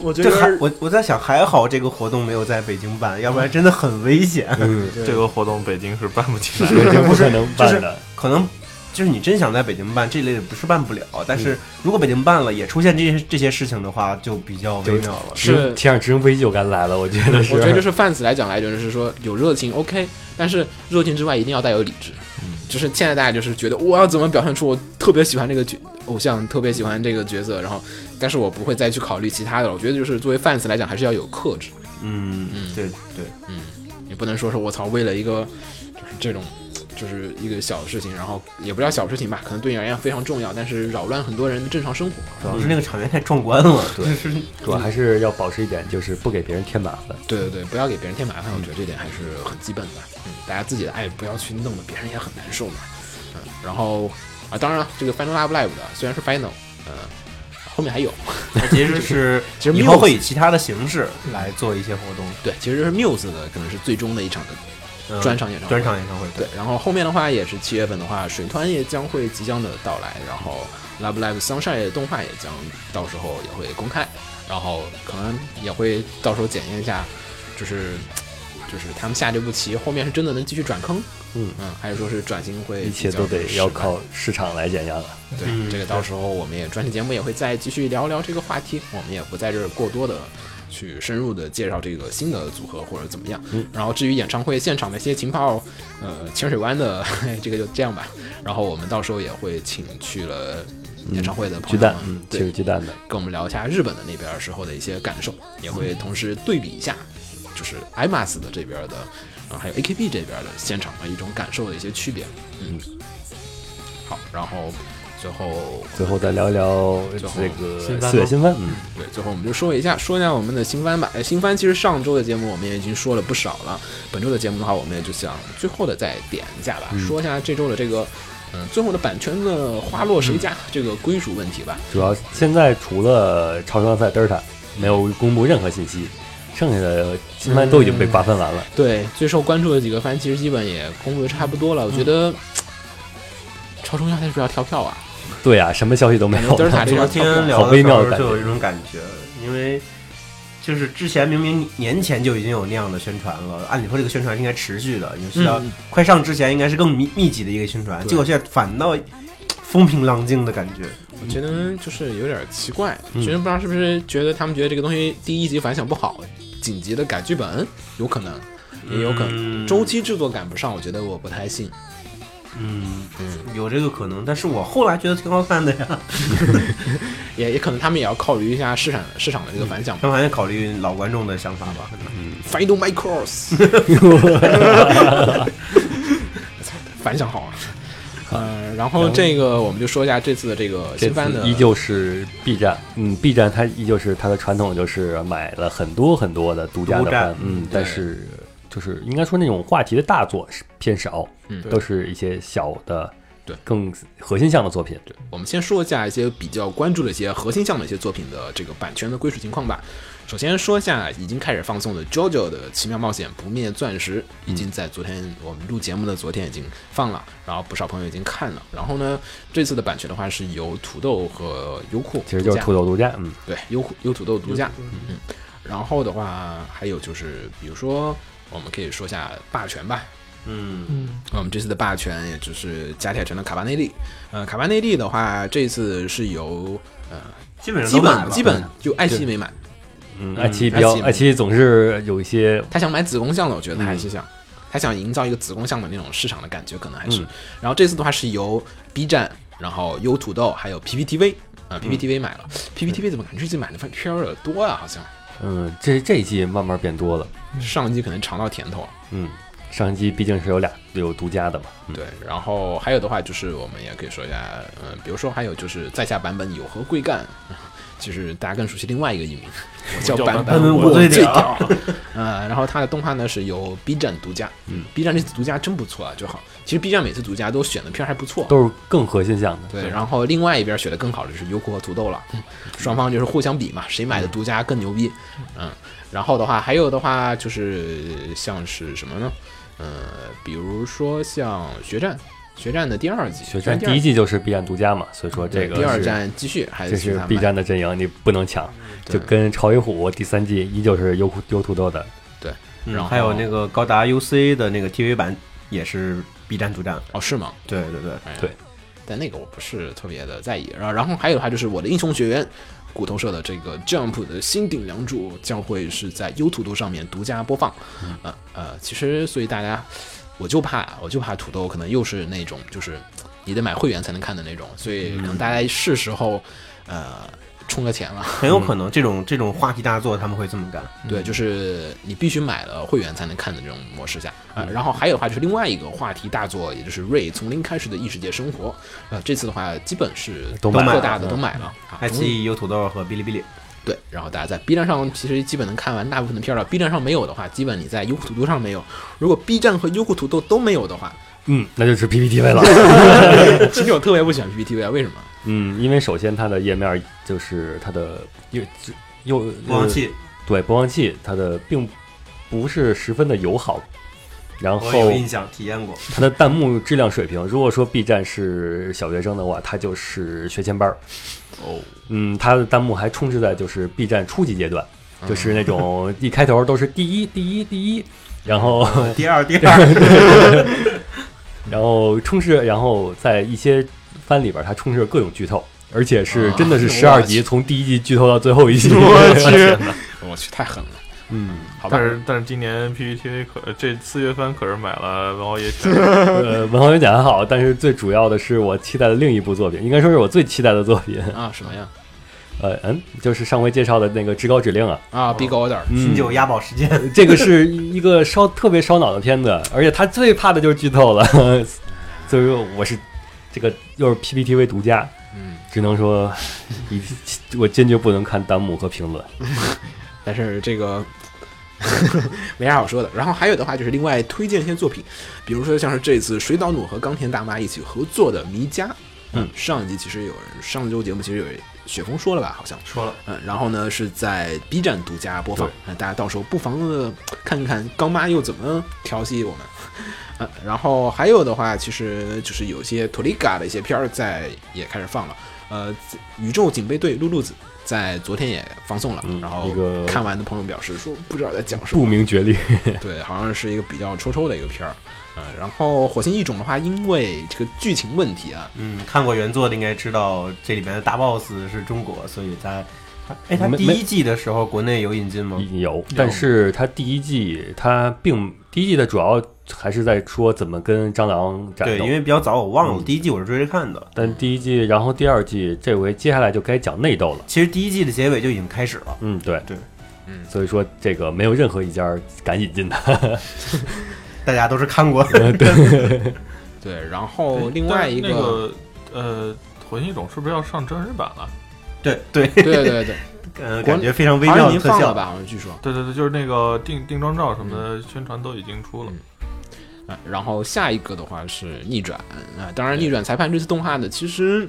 [SPEAKER 4] 我觉
[SPEAKER 5] 这还我我在想，还好这个活动没有在北京办，要不然真的很危险。
[SPEAKER 2] 嗯，
[SPEAKER 6] 这个活动北京是办不起来的。
[SPEAKER 2] 绝对不可能办的。
[SPEAKER 5] 可能就是你真想在北京办这类的，不是办不了。但
[SPEAKER 4] 嗯
[SPEAKER 5] 是如果北京办了，也出现这些这些事情的话，就比较微妙了。
[SPEAKER 4] 是
[SPEAKER 2] 直天上直升飞机就该来了，我觉得 是。
[SPEAKER 4] 我觉得就是 fans 来讲来讲，就是说有热情 OK，但是热情之外一定要带有理智。就是现在大家就是觉得哦我要怎么表现出我特别喜欢这个角偶像，特别喜欢这个角色，然后但是我不会再去考虑其他的了。我觉得就是作为 fans 来讲，还是要有克制。
[SPEAKER 5] 嗯嗯，对对，
[SPEAKER 4] 也不能说是我操，为了一个就是这种就是一个小事情，然后也不叫小事情吧，可能对你而言非常重要，但是扰乱很多人的正常生活。
[SPEAKER 5] 主要是那个场面太壮观了，
[SPEAKER 2] 对，主要还是要保持一点，就是不给别人添麻烦。
[SPEAKER 4] 对对对，不要给别人添麻烦，我觉得这点还是很基本的。嗯，大家自己的爱不要去弄得别人也很难受嘛。嗯，然后啊，当然了，这个 Final Love Live 的虽然是 Final，嗯、后面还有，
[SPEAKER 5] 它其 实是
[SPEAKER 4] 其实
[SPEAKER 5] 以后
[SPEAKER 4] Muse
[SPEAKER 5] 会以其他的形式来做一些活动，
[SPEAKER 4] 对，其实是 Muse 的，可能是最终的一场的
[SPEAKER 5] 嗯
[SPEAKER 4] 专场演唱会
[SPEAKER 5] 专场演唱会，
[SPEAKER 4] 对，然后后面的话也是七月份的话，水团也将会即将的到来，然后 Love Live Sunshine 的动画也将到时候也会公开，然后可能也会到时候检验一下，就是就是他们下这步棋后面是真的能继续转坑，
[SPEAKER 2] 嗯
[SPEAKER 4] 嗯，还是说是转型会
[SPEAKER 2] 一切都得要靠市场来检验了。
[SPEAKER 4] 比较失败对、这个到时候我们也专题节目也会再继续聊聊这个话题，我们也不在这儿过多的。去深入的介绍这个新的组合或者怎么样，
[SPEAKER 2] 嗯
[SPEAKER 4] 然后至于演唱会现场的一些情 报，呃，清水湾的这个就这样吧。然后我们到时候也会请去了演唱会的朋
[SPEAKER 2] 鸡
[SPEAKER 4] 友们
[SPEAKER 2] 蛋，，嗯，其实
[SPEAKER 4] 对，
[SPEAKER 2] 鸡蛋的，
[SPEAKER 4] 跟我们聊一下日本的那边时候的一些感受，也会同时对比一下，就是 IMAS 的这边的，然后还有 AKB 这边的现场的一种感受的一些区别。嗯，好，然后最后
[SPEAKER 2] 最后再聊一聊
[SPEAKER 4] 最后
[SPEAKER 2] 这个
[SPEAKER 6] 新番
[SPEAKER 2] 四月
[SPEAKER 6] 吗
[SPEAKER 2] 新番，嗯，
[SPEAKER 4] 对，最后我们就说一下，说一下我们的新番吧。哎，新番其实上周的节目我们也已经说了不少了，本周的节目的话，我们也就想最后的再点一下吧，说一下这周的这个，嗯、最后的版权的花落谁家、这个归属问题吧。
[SPEAKER 2] 主要现在除了超声赛德尔塔没有公布任何信息，剩下的新番都
[SPEAKER 4] 嗯
[SPEAKER 2] 已经被瓜分完了。
[SPEAKER 4] 对，最受关注的几个番其实基本也公布的差不多了。我觉得、超重要还是不要跳票啊。
[SPEAKER 2] 对呀、什么消息都没
[SPEAKER 4] 感觉
[SPEAKER 2] 有
[SPEAKER 4] 德尔塔
[SPEAKER 2] 了。
[SPEAKER 4] 这
[SPEAKER 5] 昨
[SPEAKER 4] 个
[SPEAKER 5] 天
[SPEAKER 2] 好
[SPEAKER 5] 聊的
[SPEAKER 2] 微
[SPEAKER 5] 时
[SPEAKER 2] 妙
[SPEAKER 5] 候
[SPEAKER 2] 的感
[SPEAKER 5] 就有
[SPEAKER 2] 觉
[SPEAKER 5] 一种感觉，因为就是之前明明年前就已经有那样的宣传了，按理说这个宣传是应该持续的，尤其到
[SPEAKER 4] 嗯
[SPEAKER 5] 快上之前应该是更密密集的一个宣传，
[SPEAKER 4] 对
[SPEAKER 5] 结果现在反倒风平浪静的感觉。
[SPEAKER 4] 我觉得就是有点奇怪，
[SPEAKER 2] 嗯
[SPEAKER 4] 觉得不知道是不是觉得他们觉得这个东西第一集反响不好，紧急的改剧本，有可能，也有可能、
[SPEAKER 5] 嗯
[SPEAKER 4] 周期制作赶不上，我觉得我不太信。
[SPEAKER 5] 嗯
[SPEAKER 4] 嗯，
[SPEAKER 5] 有这个可能，但是我后来觉得挺好看的呀。
[SPEAKER 4] 也也可能他们也要考虑一下市场市场的这个反响吧。
[SPEAKER 5] 他们还是考虑老观众的想法吧，可能
[SPEAKER 4] Final My Cross，反响好啊。嗯、然后这个我们就说一下这次的这个
[SPEAKER 2] 这
[SPEAKER 4] 新番
[SPEAKER 2] 次
[SPEAKER 4] 的
[SPEAKER 2] 依旧是 B 站，嗯，B 站它依旧是它的传统，就是买了很多很多的独家的
[SPEAKER 5] 独占
[SPEAKER 2] 番，嗯
[SPEAKER 4] 对，
[SPEAKER 2] 但是就是应该说那种话题的大作是偏少，
[SPEAKER 4] 嗯
[SPEAKER 2] 都是一些小的，
[SPEAKER 4] 对
[SPEAKER 2] 更核心向的作品。
[SPEAKER 4] 我们先说一下一些比较关注的一些核心项目的一些作品的这个版权的归属情况吧。首先说一下已经开始放送的《JoJo 的奇妙冒险不灭钻石》，已经在昨天我们录节目的昨天已经放了，然后不少朋友已经看了。然后呢，这次的版权的话是由土豆和优酷独家，
[SPEAKER 2] 其实就是土豆独家，嗯，
[SPEAKER 4] 对，优酷优土豆独家。嗯嗯。然后的话，还有就是，比如说，我们可以说下霸权吧。
[SPEAKER 5] 嗯，
[SPEAKER 4] 我们这次的霸权也就是甲铁城的卡巴内利。呃，卡巴内利的话，这次是由呃
[SPEAKER 5] 基本上
[SPEAKER 4] 基
[SPEAKER 5] 都买
[SPEAKER 4] 本
[SPEAKER 5] 了
[SPEAKER 4] 基本就爱奇艺没买，
[SPEAKER 2] 嗯爱奇艺比
[SPEAKER 4] 爱
[SPEAKER 2] 较
[SPEAKER 4] 奇艺，
[SPEAKER 2] 爱奇艺总是有一些
[SPEAKER 4] 他想买子宫项的，我觉得他还是想。他想营造一个子宫项的那种市场的感觉，可能还是。然后这次的话是由 B 站，然后优土豆还有 PPTV，啊、PPTV 买了、p p t v 怎么感觉这次买的片儿有点多啊？好像
[SPEAKER 2] 嗯，这这一季慢慢变多了。
[SPEAKER 4] 上一季可能尝到甜头啊。
[SPEAKER 2] 嗯，上一季毕竟是有俩有独家的嘛。嗯，
[SPEAKER 4] 对，然后还有的话就是我们也可以说一下，嗯、比如说还有就是在下版本有何贵干， 就是大家更熟悉另外一个艺名，我叫
[SPEAKER 6] 叫
[SPEAKER 4] 版
[SPEAKER 6] 版
[SPEAKER 4] 本
[SPEAKER 5] 本
[SPEAKER 4] 我
[SPEAKER 5] 我最
[SPEAKER 4] 最
[SPEAKER 5] 屌
[SPEAKER 4] 屌。 呃，然后它的动画呢是由 B 站独家，嗯，B 站这次独家真不错啊，就好。其实 B 站每次独家都选的片儿还不错，
[SPEAKER 2] 都是更核心向的。
[SPEAKER 4] 对，然后另外一边选的更好的就是优酷和土豆了，
[SPEAKER 2] 嗯
[SPEAKER 4] 双方就是互相比嘛，谁买的独家更牛逼。嗯，然后的话，还有的话就是像是什么呢？呃，比如说像决战，决战的第二季，
[SPEAKER 2] 血战
[SPEAKER 4] 第
[SPEAKER 2] 第
[SPEAKER 4] 二
[SPEAKER 2] 一季就是 B 站独家嘛，所以说这
[SPEAKER 4] 对
[SPEAKER 2] 个
[SPEAKER 4] 第二
[SPEAKER 2] 是
[SPEAKER 4] 站继续还
[SPEAKER 2] 这
[SPEAKER 4] 去
[SPEAKER 2] 是
[SPEAKER 4] 他
[SPEAKER 2] B
[SPEAKER 4] 买
[SPEAKER 2] 站的阵营，你不能抢。
[SPEAKER 4] 对
[SPEAKER 2] 就跟潮与虎第三季依旧是优酷优土豆的，
[SPEAKER 5] 嗯
[SPEAKER 4] 然后
[SPEAKER 5] 还有那个高达 UC 的那个 TV 版也是 B 站独占，
[SPEAKER 4] 哦是吗？
[SPEAKER 5] 对对对，
[SPEAKER 4] 哎呀
[SPEAKER 2] 对，
[SPEAKER 4] 但那个我不是特别的在意。然后，然后还有的话就是我的英雄学员。骨头社的这个 Jump 的新顶梁柱将会是在优土豆上面独家播放，呃呃，其实所以大家，我就怕我就怕土豆可能又是那种就是你得买会员才能看的那种，所以可能大家是时候，呃，充了钱了。
[SPEAKER 5] 很有可能这种这种话题大作他们会这么干。
[SPEAKER 2] 嗯
[SPEAKER 4] 对，就是你必须买了会员才能看的这种模式下，啊、然后还有的话就是另外一个话题大作，也就是《瑞从零开始的异世界生活》，呃，这次的话基本是
[SPEAKER 2] 都买了嗯
[SPEAKER 4] 各大的都买了，啊
[SPEAKER 5] 爱奇艺、有土豆和哔哩哔哩，
[SPEAKER 4] 对，然后大家在 B 站上其实基本能看完大部分的片儿了。B 站上没有的话，基本你在优酷土豆上没有；如果 B 站和优酷土豆都没有的话，
[SPEAKER 2] 嗯，那就是 PPTV 了。
[SPEAKER 4] 其实我特别不喜欢 PPTV 啊，为什么？
[SPEAKER 2] 嗯，因为首先它的页面就是它的又又
[SPEAKER 5] 播放器
[SPEAKER 2] 对播放器，它的并不是十分的友好。然
[SPEAKER 5] 我
[SPEAKER 2] 后
[SPEAKER 5] 有印象，体验过。
[SPEAKER 2] 它的弹幕质量水平，如果说 B 站是小学生的话，它就是学前班儿。
[SPEAKER 4] 哦，
[SPEAKER 2] 嗯，它的弹幕还充斥在就是 B 站初级阶段，
[SPEAKER 4] 嗯
[SPEAKER 2] 就是那种一开头都是第一、第一、第一，然后
[SPEAKER 5] 呃第二，第二，
[SPEAKER 2] 然后充斥，然后在一些番里边，它充斥着各种剧透，而且是真的是十二集，从第一集剧透到最后一集。
[SPEAKER 6] 天哪！
[SPEAKER 4] 啊我去，太狠了。
[SPEAKER 2] 嗯，
[SPEAKER 4] 好吧
[SPEAKER 6] 但，是但是今年 PPTV 可这四月番可是买了《文豪野犬》
[SPEAKER 2] 呃，文豪演讲还好，但是最主要的是我期待的另一部作品，应该说是我最期待的作品。
[SPEAKER 4] 啊，什么呀？
[SPEAKER 2] 呃，嗯，就是上回介绍的那个《至高指令》 啊。
[SPEAKER 4] 啊，Big Order，
[SPEAKER 2] 嗯
[SPEAKER 5] 新，旧押宝时间，
[SPEAKER 2] 这个是一个烧特别烧脑的片子，而且他最怕的就是剧透了， 所以说我是这个又是 PPTV 独家，
[SPEAKER 4] 嗯，
[SPEAKER 2] 只能说一我坚决不能看弹幕和评论。
[SPEAKER 4] 但是这个 没啥好说的。然后还有的话就是另外推荐一些作品，比如说像是这次水岛努和冈田大妈一起合作的《迷家》。
[SPEAKER 2] 嗯，
[SPEAKER 4] 上一集其实有人上周节目其实有人雪峰说了吧，好像
[SPEAKER 6] 说了，
[SPEAKER 4] 嗯，然后呢是在 B 站独家播放
[SPEAKER 2] 对，
[SPEAKER 4] 那大家到时候不妨呃看看刚妈又怎么调戏我们。呃，然后还有的话，其实就是有些托利嘎的一些片儿在也开始放了，呃，自宇宙警备队露露子在昨天也放送了，
[SPEAKER 2] 嗯
[SPEAKER 4] 然后
[SPEAKER 2] 一个
[SPEAKER 4] 看完的朋友表示说不知道在讲什么，
[SPEAKER 2] 不明觉厉，
[SPEAKER 4] 对，好像是一个比较抽抽的一个片儿。呃，然后火星异种的话，因为这个剧情问题啊，
[SPEAKER 5] 嗯，看过原作的应该知道这里面的大 boss 是中国，所以他，他哎，他
[SPEAKER 2] 没
[SPEAKER 5] 第
[SPEAKER 2] 没
[SPEAKER 5] 一季的时候国内嗯有引进吗？
[SPEAKER 2] 有，但是他第一季他并第一季的主要还是在说怎么跟蟑螂战
[SPEAKER 5] 对，
[SPEAKER 2] 斗
[SPEAKER 5] 因。为比较早，我忘了
[SPEAKER 2] 嗯
[SPEAKER 5] 第一季我是追着看的。
[SPEAKER 2] 但第一季，然后第二季，这回接下来就该讲内斗了。
[SPEAKER 5] 其实第一季的结尾就已经开始了，
[SPEAKER 2] 嗯，对
[SPEAKER 5] 对，
[SPEAKER 4] 嗯
[SPEAKER 2] 所以说这个没有任何一家敢引进的。
[SPEAKER 5] 大家都是看过。
[SPEAKER 4] 对，然后
[SPEAKER 6] 对
[SPEAKER 4] 另外
[SPEAKER 6] 但
[SPEAKER 4] 一
[SPEAKER 6] 那个呃，火星一种是不是要上真人版了？
[SPEAKER 5] 对对，
[SPEAKER 4] 对对对，
[SPEAKER 5] 嗯，
[SPEAKER 4] 国
[SPEAKER 5] 感觉非常微
[SPEAKER 4] 好像
[SPEAKER 5] 妙
[SPEAKER 4] 已
[SPEAKER 5] 的
[SPEAKER 4] 经
[SPEAKER 5] 特
[SPEAKER 4] 放了
[SPEAKER 5] 效
[SPEAKER 4] 吧，？ 好像据说。
[SPEAKER 6] 对对对，就是那个定定妆照什么的宣传都已经出了
[SPEAKER 4] 嗯。啊，然后下一个的话是逆转啊，当然逆转裁判这次动画呢，其实。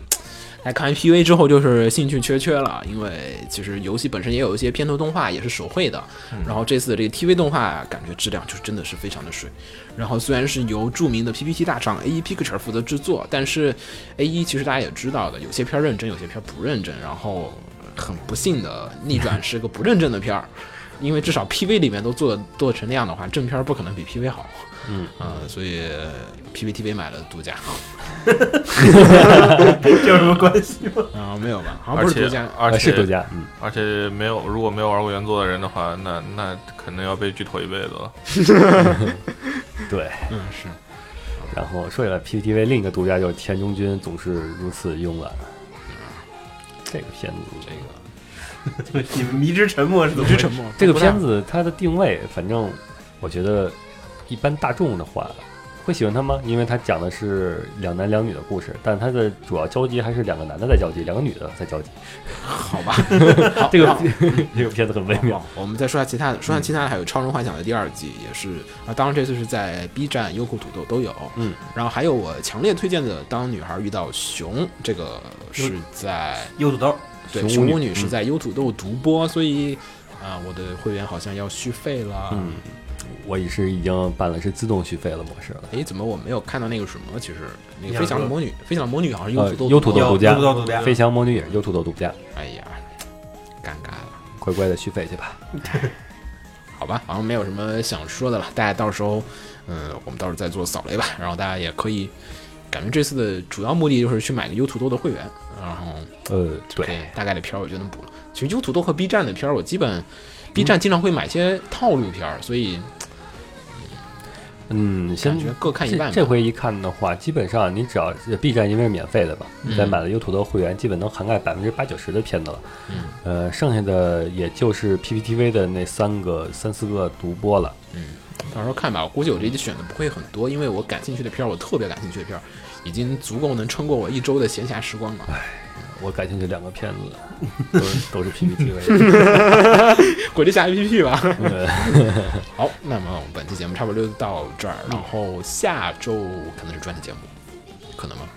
[SPEAKER 4] 来看完 PV 之后，就是兴趣缺缺了，因为其实游戏本身也有一些片头动画也是手绘的，然后这次的这个 TV 动画感觉质量就真的是非常的水。然后虽然是由著名的 PPT 大厂 A E Picture 负责制作，但是 A E 其实大家也知道的，有些片儿认真，有些片儿不认真。然后很不幸的，逆转是个不认真的片儿， 因为至少 PV 里面都做做成那样的话，正片儿不可能比 PV 好。嗯，所以 PPTV 买了独家啊
[SPEAKER 5] 有什么关系吗？
[SPEAKER 4] 啊、没有吧？好像
[SPEAKER 6] 而
[SPEAKER 4] 不是
[SPEAKER 6] 且
[SPEAKER 4] 独家，
[SPEAKER 6] 而且
[SPEAKER 2] 是独，家，嗯，
[SPEAKER 6] 而且没有如果没有玩过原作的人的话，那那肯定要被剧透一辈子了。
[SPEAKER 2] 对。
[SPEAKER 4] 嗯，是
[SPEAKER 2] 然后说起来，PPTV 另一个独家就是田中君总是如此慵懒。这个片子，
[SPEAKER 4] 这个。
[SPEAKER 5] 你们迷之沉默是怎么回事？
[SPEAKER 4] 默，
[SPEAKER 2] 这个片子它的定位，反正我觉得一般大众的话会喜欢它吗？因为它讲的是两男两女的故事，但它的主要交集还是两个男的在交集，两个女的在交集。
[SPEAKER 4] 好吧？
[SPEAKER 2] 这个这个片子很微妙。
[SPEAKER 4] 我们再说下其他的，说下其他的，还有《超人幻想》的第二季也是啊，当然这次是在 B 站、优酷、土豆都有。
[SPEAKER 2] 嗯，
[SPEAKER 4] 然后还有我强烈推荐的《当女孩遇到熊》，这个是在
[SPEAKER 5] 柚子豆，
[SPEAKER 4] 对
[SPEAKER 2] 熊
[SPEAKER 4] 熊
[SPEAKER 2] 巫
[SPEAKER 4] 巫
[SPEAKER 2] 女
[SPEAKER 4] 女是在优土豆独播，所以啊、我的会员好像要续费了。
[SPEAKER 2] 嗯，我也是已经办了是自动续费了模式了。
[SPEAKER 4] 诶，怎么我没有看到那个什么？其实那个
[SPEAKER 5] 两
[SPEAKER 4] 飞翔的
[SPEAKER 5] 个
[SPEAKER 4] 魔女，飞翔的魔女好像是优
[SPEAKER 2] 呃
[SPEAKER 4] 土豆，
[SPEAKER 2] 优土豆独
[SPEAKER 5] 有
[SPEAKER 2] 家
[SPEAKER 5] 柚子豆独家
[SPEAKER 2] 飞翔魔女也是优土豆独家，
[SPEAKER 4] 哎呀，尴尬了，
[SPEAKER 2] 乖乖的续费去吧。
[SPEAKER 4] 好吧，好像没有什么想说的了，大家到时候，嗯，我们到时候再做扫雷吧，然后大家也可以，感觉这次的主要目的就是去买个优土豆的会员，然后
[SPEAKER 2] 呃，
[SPEAKER 4] 可以
[SPEAKER 2] 对，
[SPEAKER 4] 大概的片儿我就能补了。其实优土豆和 B 站的片儿，我基本 B 站经常会买一些套路片儿，所以
[SPEAKER 2] 嗯，
[SPEAKER 4] 感
[SPEAKER 2] 先
[SPEAKER 4] 觉各看一
[SPEAKER 2] 这
[SPEAKER 4] 半吧。
[SPEAKER 2] 这回一看的话，基本上你只要 B 站因为是免费的嘛，你再
[SPEAKER 4] 嗯
[SPEAKER 2] 买了优土豆会员，基本能涵盖百分之八九十的片子了。
[SPEAKER 4] 嗯，
[SPEAKER 2] 呃，剩下的也就是 PPTV 的那三个三四个独播了。
[SPEAKER 4] 到时候看吧，我估计我这一集选的不会很多，因为我感兴趣的片儿，我特别感兴趣的片儿，已经足够能撑过我一周的闲暇时光了。
[SPEAKER 2] 我感兴趣两个片 子都是都是 PPTV 的。
[SPEAKER 4] 滚这下 APP 吧。
[SPEAKER 2] 呃
[SPEAKER 4] 好，那么我们本期节目差不多就到这儿，然后下周可能是专题节目，可能吗？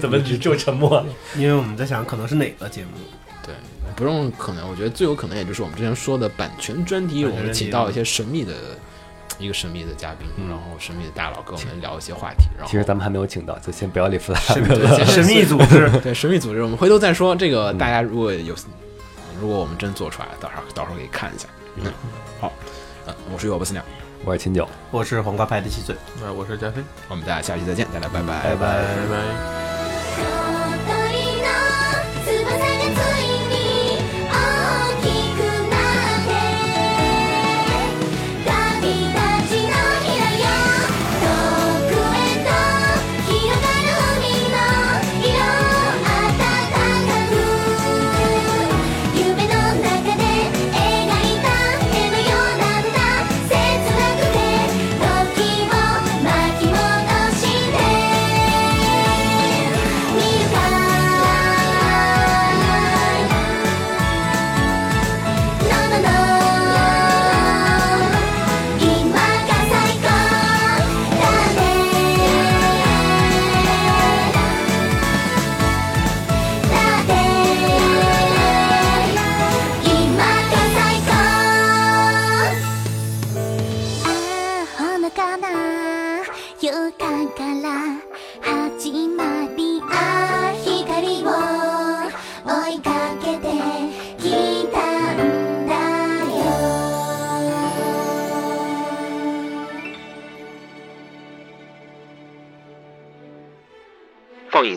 [SPEAKER 2] 怎么只就沉默？
[SPEAKER 5] 因为我们在想可能是哪个节目，
[SPEAKER 4] 对，不用可能，我觉得最有可能也就是我们之前说的版权专题，我
[SPEAKER 5] 版权专题嗯
[SPEAKER 4] 们请到一些神秘的。一个神秘的嘉宾，然后神秘的大佬跟我们聊一些话题，然后
[SPEAKER 2] 其实咱们还没有请到，就先不要立 flag
[SPEAKER 5] 神
[SPEAKER 2] 了。
[SPEAKER 5] 秘神秘组织，嗯
[SPEAKER 4] 对神秘组织，我们回头再说。这个大家如果有，如果我们真做出来了，到时候到时候可以看一下。嗯，好，呃，我是尤伯斯鸟，
[SPEAKER 2] 我是秦九。
[SPEAKER 5] 我是黄瓜派的七嘴，
[SPEAKER 6] 哎，我是加菲，
[SPEAKER 4] 我们大家下期再见，大家拜拜。
[SPEAKER 5] 拜拜。
[SPEAKER 6] 拜
[SPEAKER 3] 「鳥
[SPEAKER 6] 拜。
[SPEAKER 3] の翼がついに大きくなって」「旅立ちの日だよ」「遠くへと広がる海の色暖かく」「夢の中で描いた絵のようなんだ」「切なくて時を巻き戻して」「未来 No No No」「今が最高だね」「だね」「今が最高」ああほのかな予感から始まりああ光を追いかけてきたんだよ
[SPEAKER 7] 放映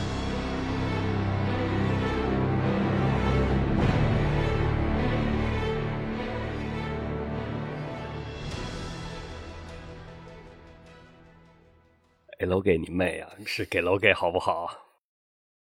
[SPEAKER 2] 给楼给你妹啊！是给楼给好不好？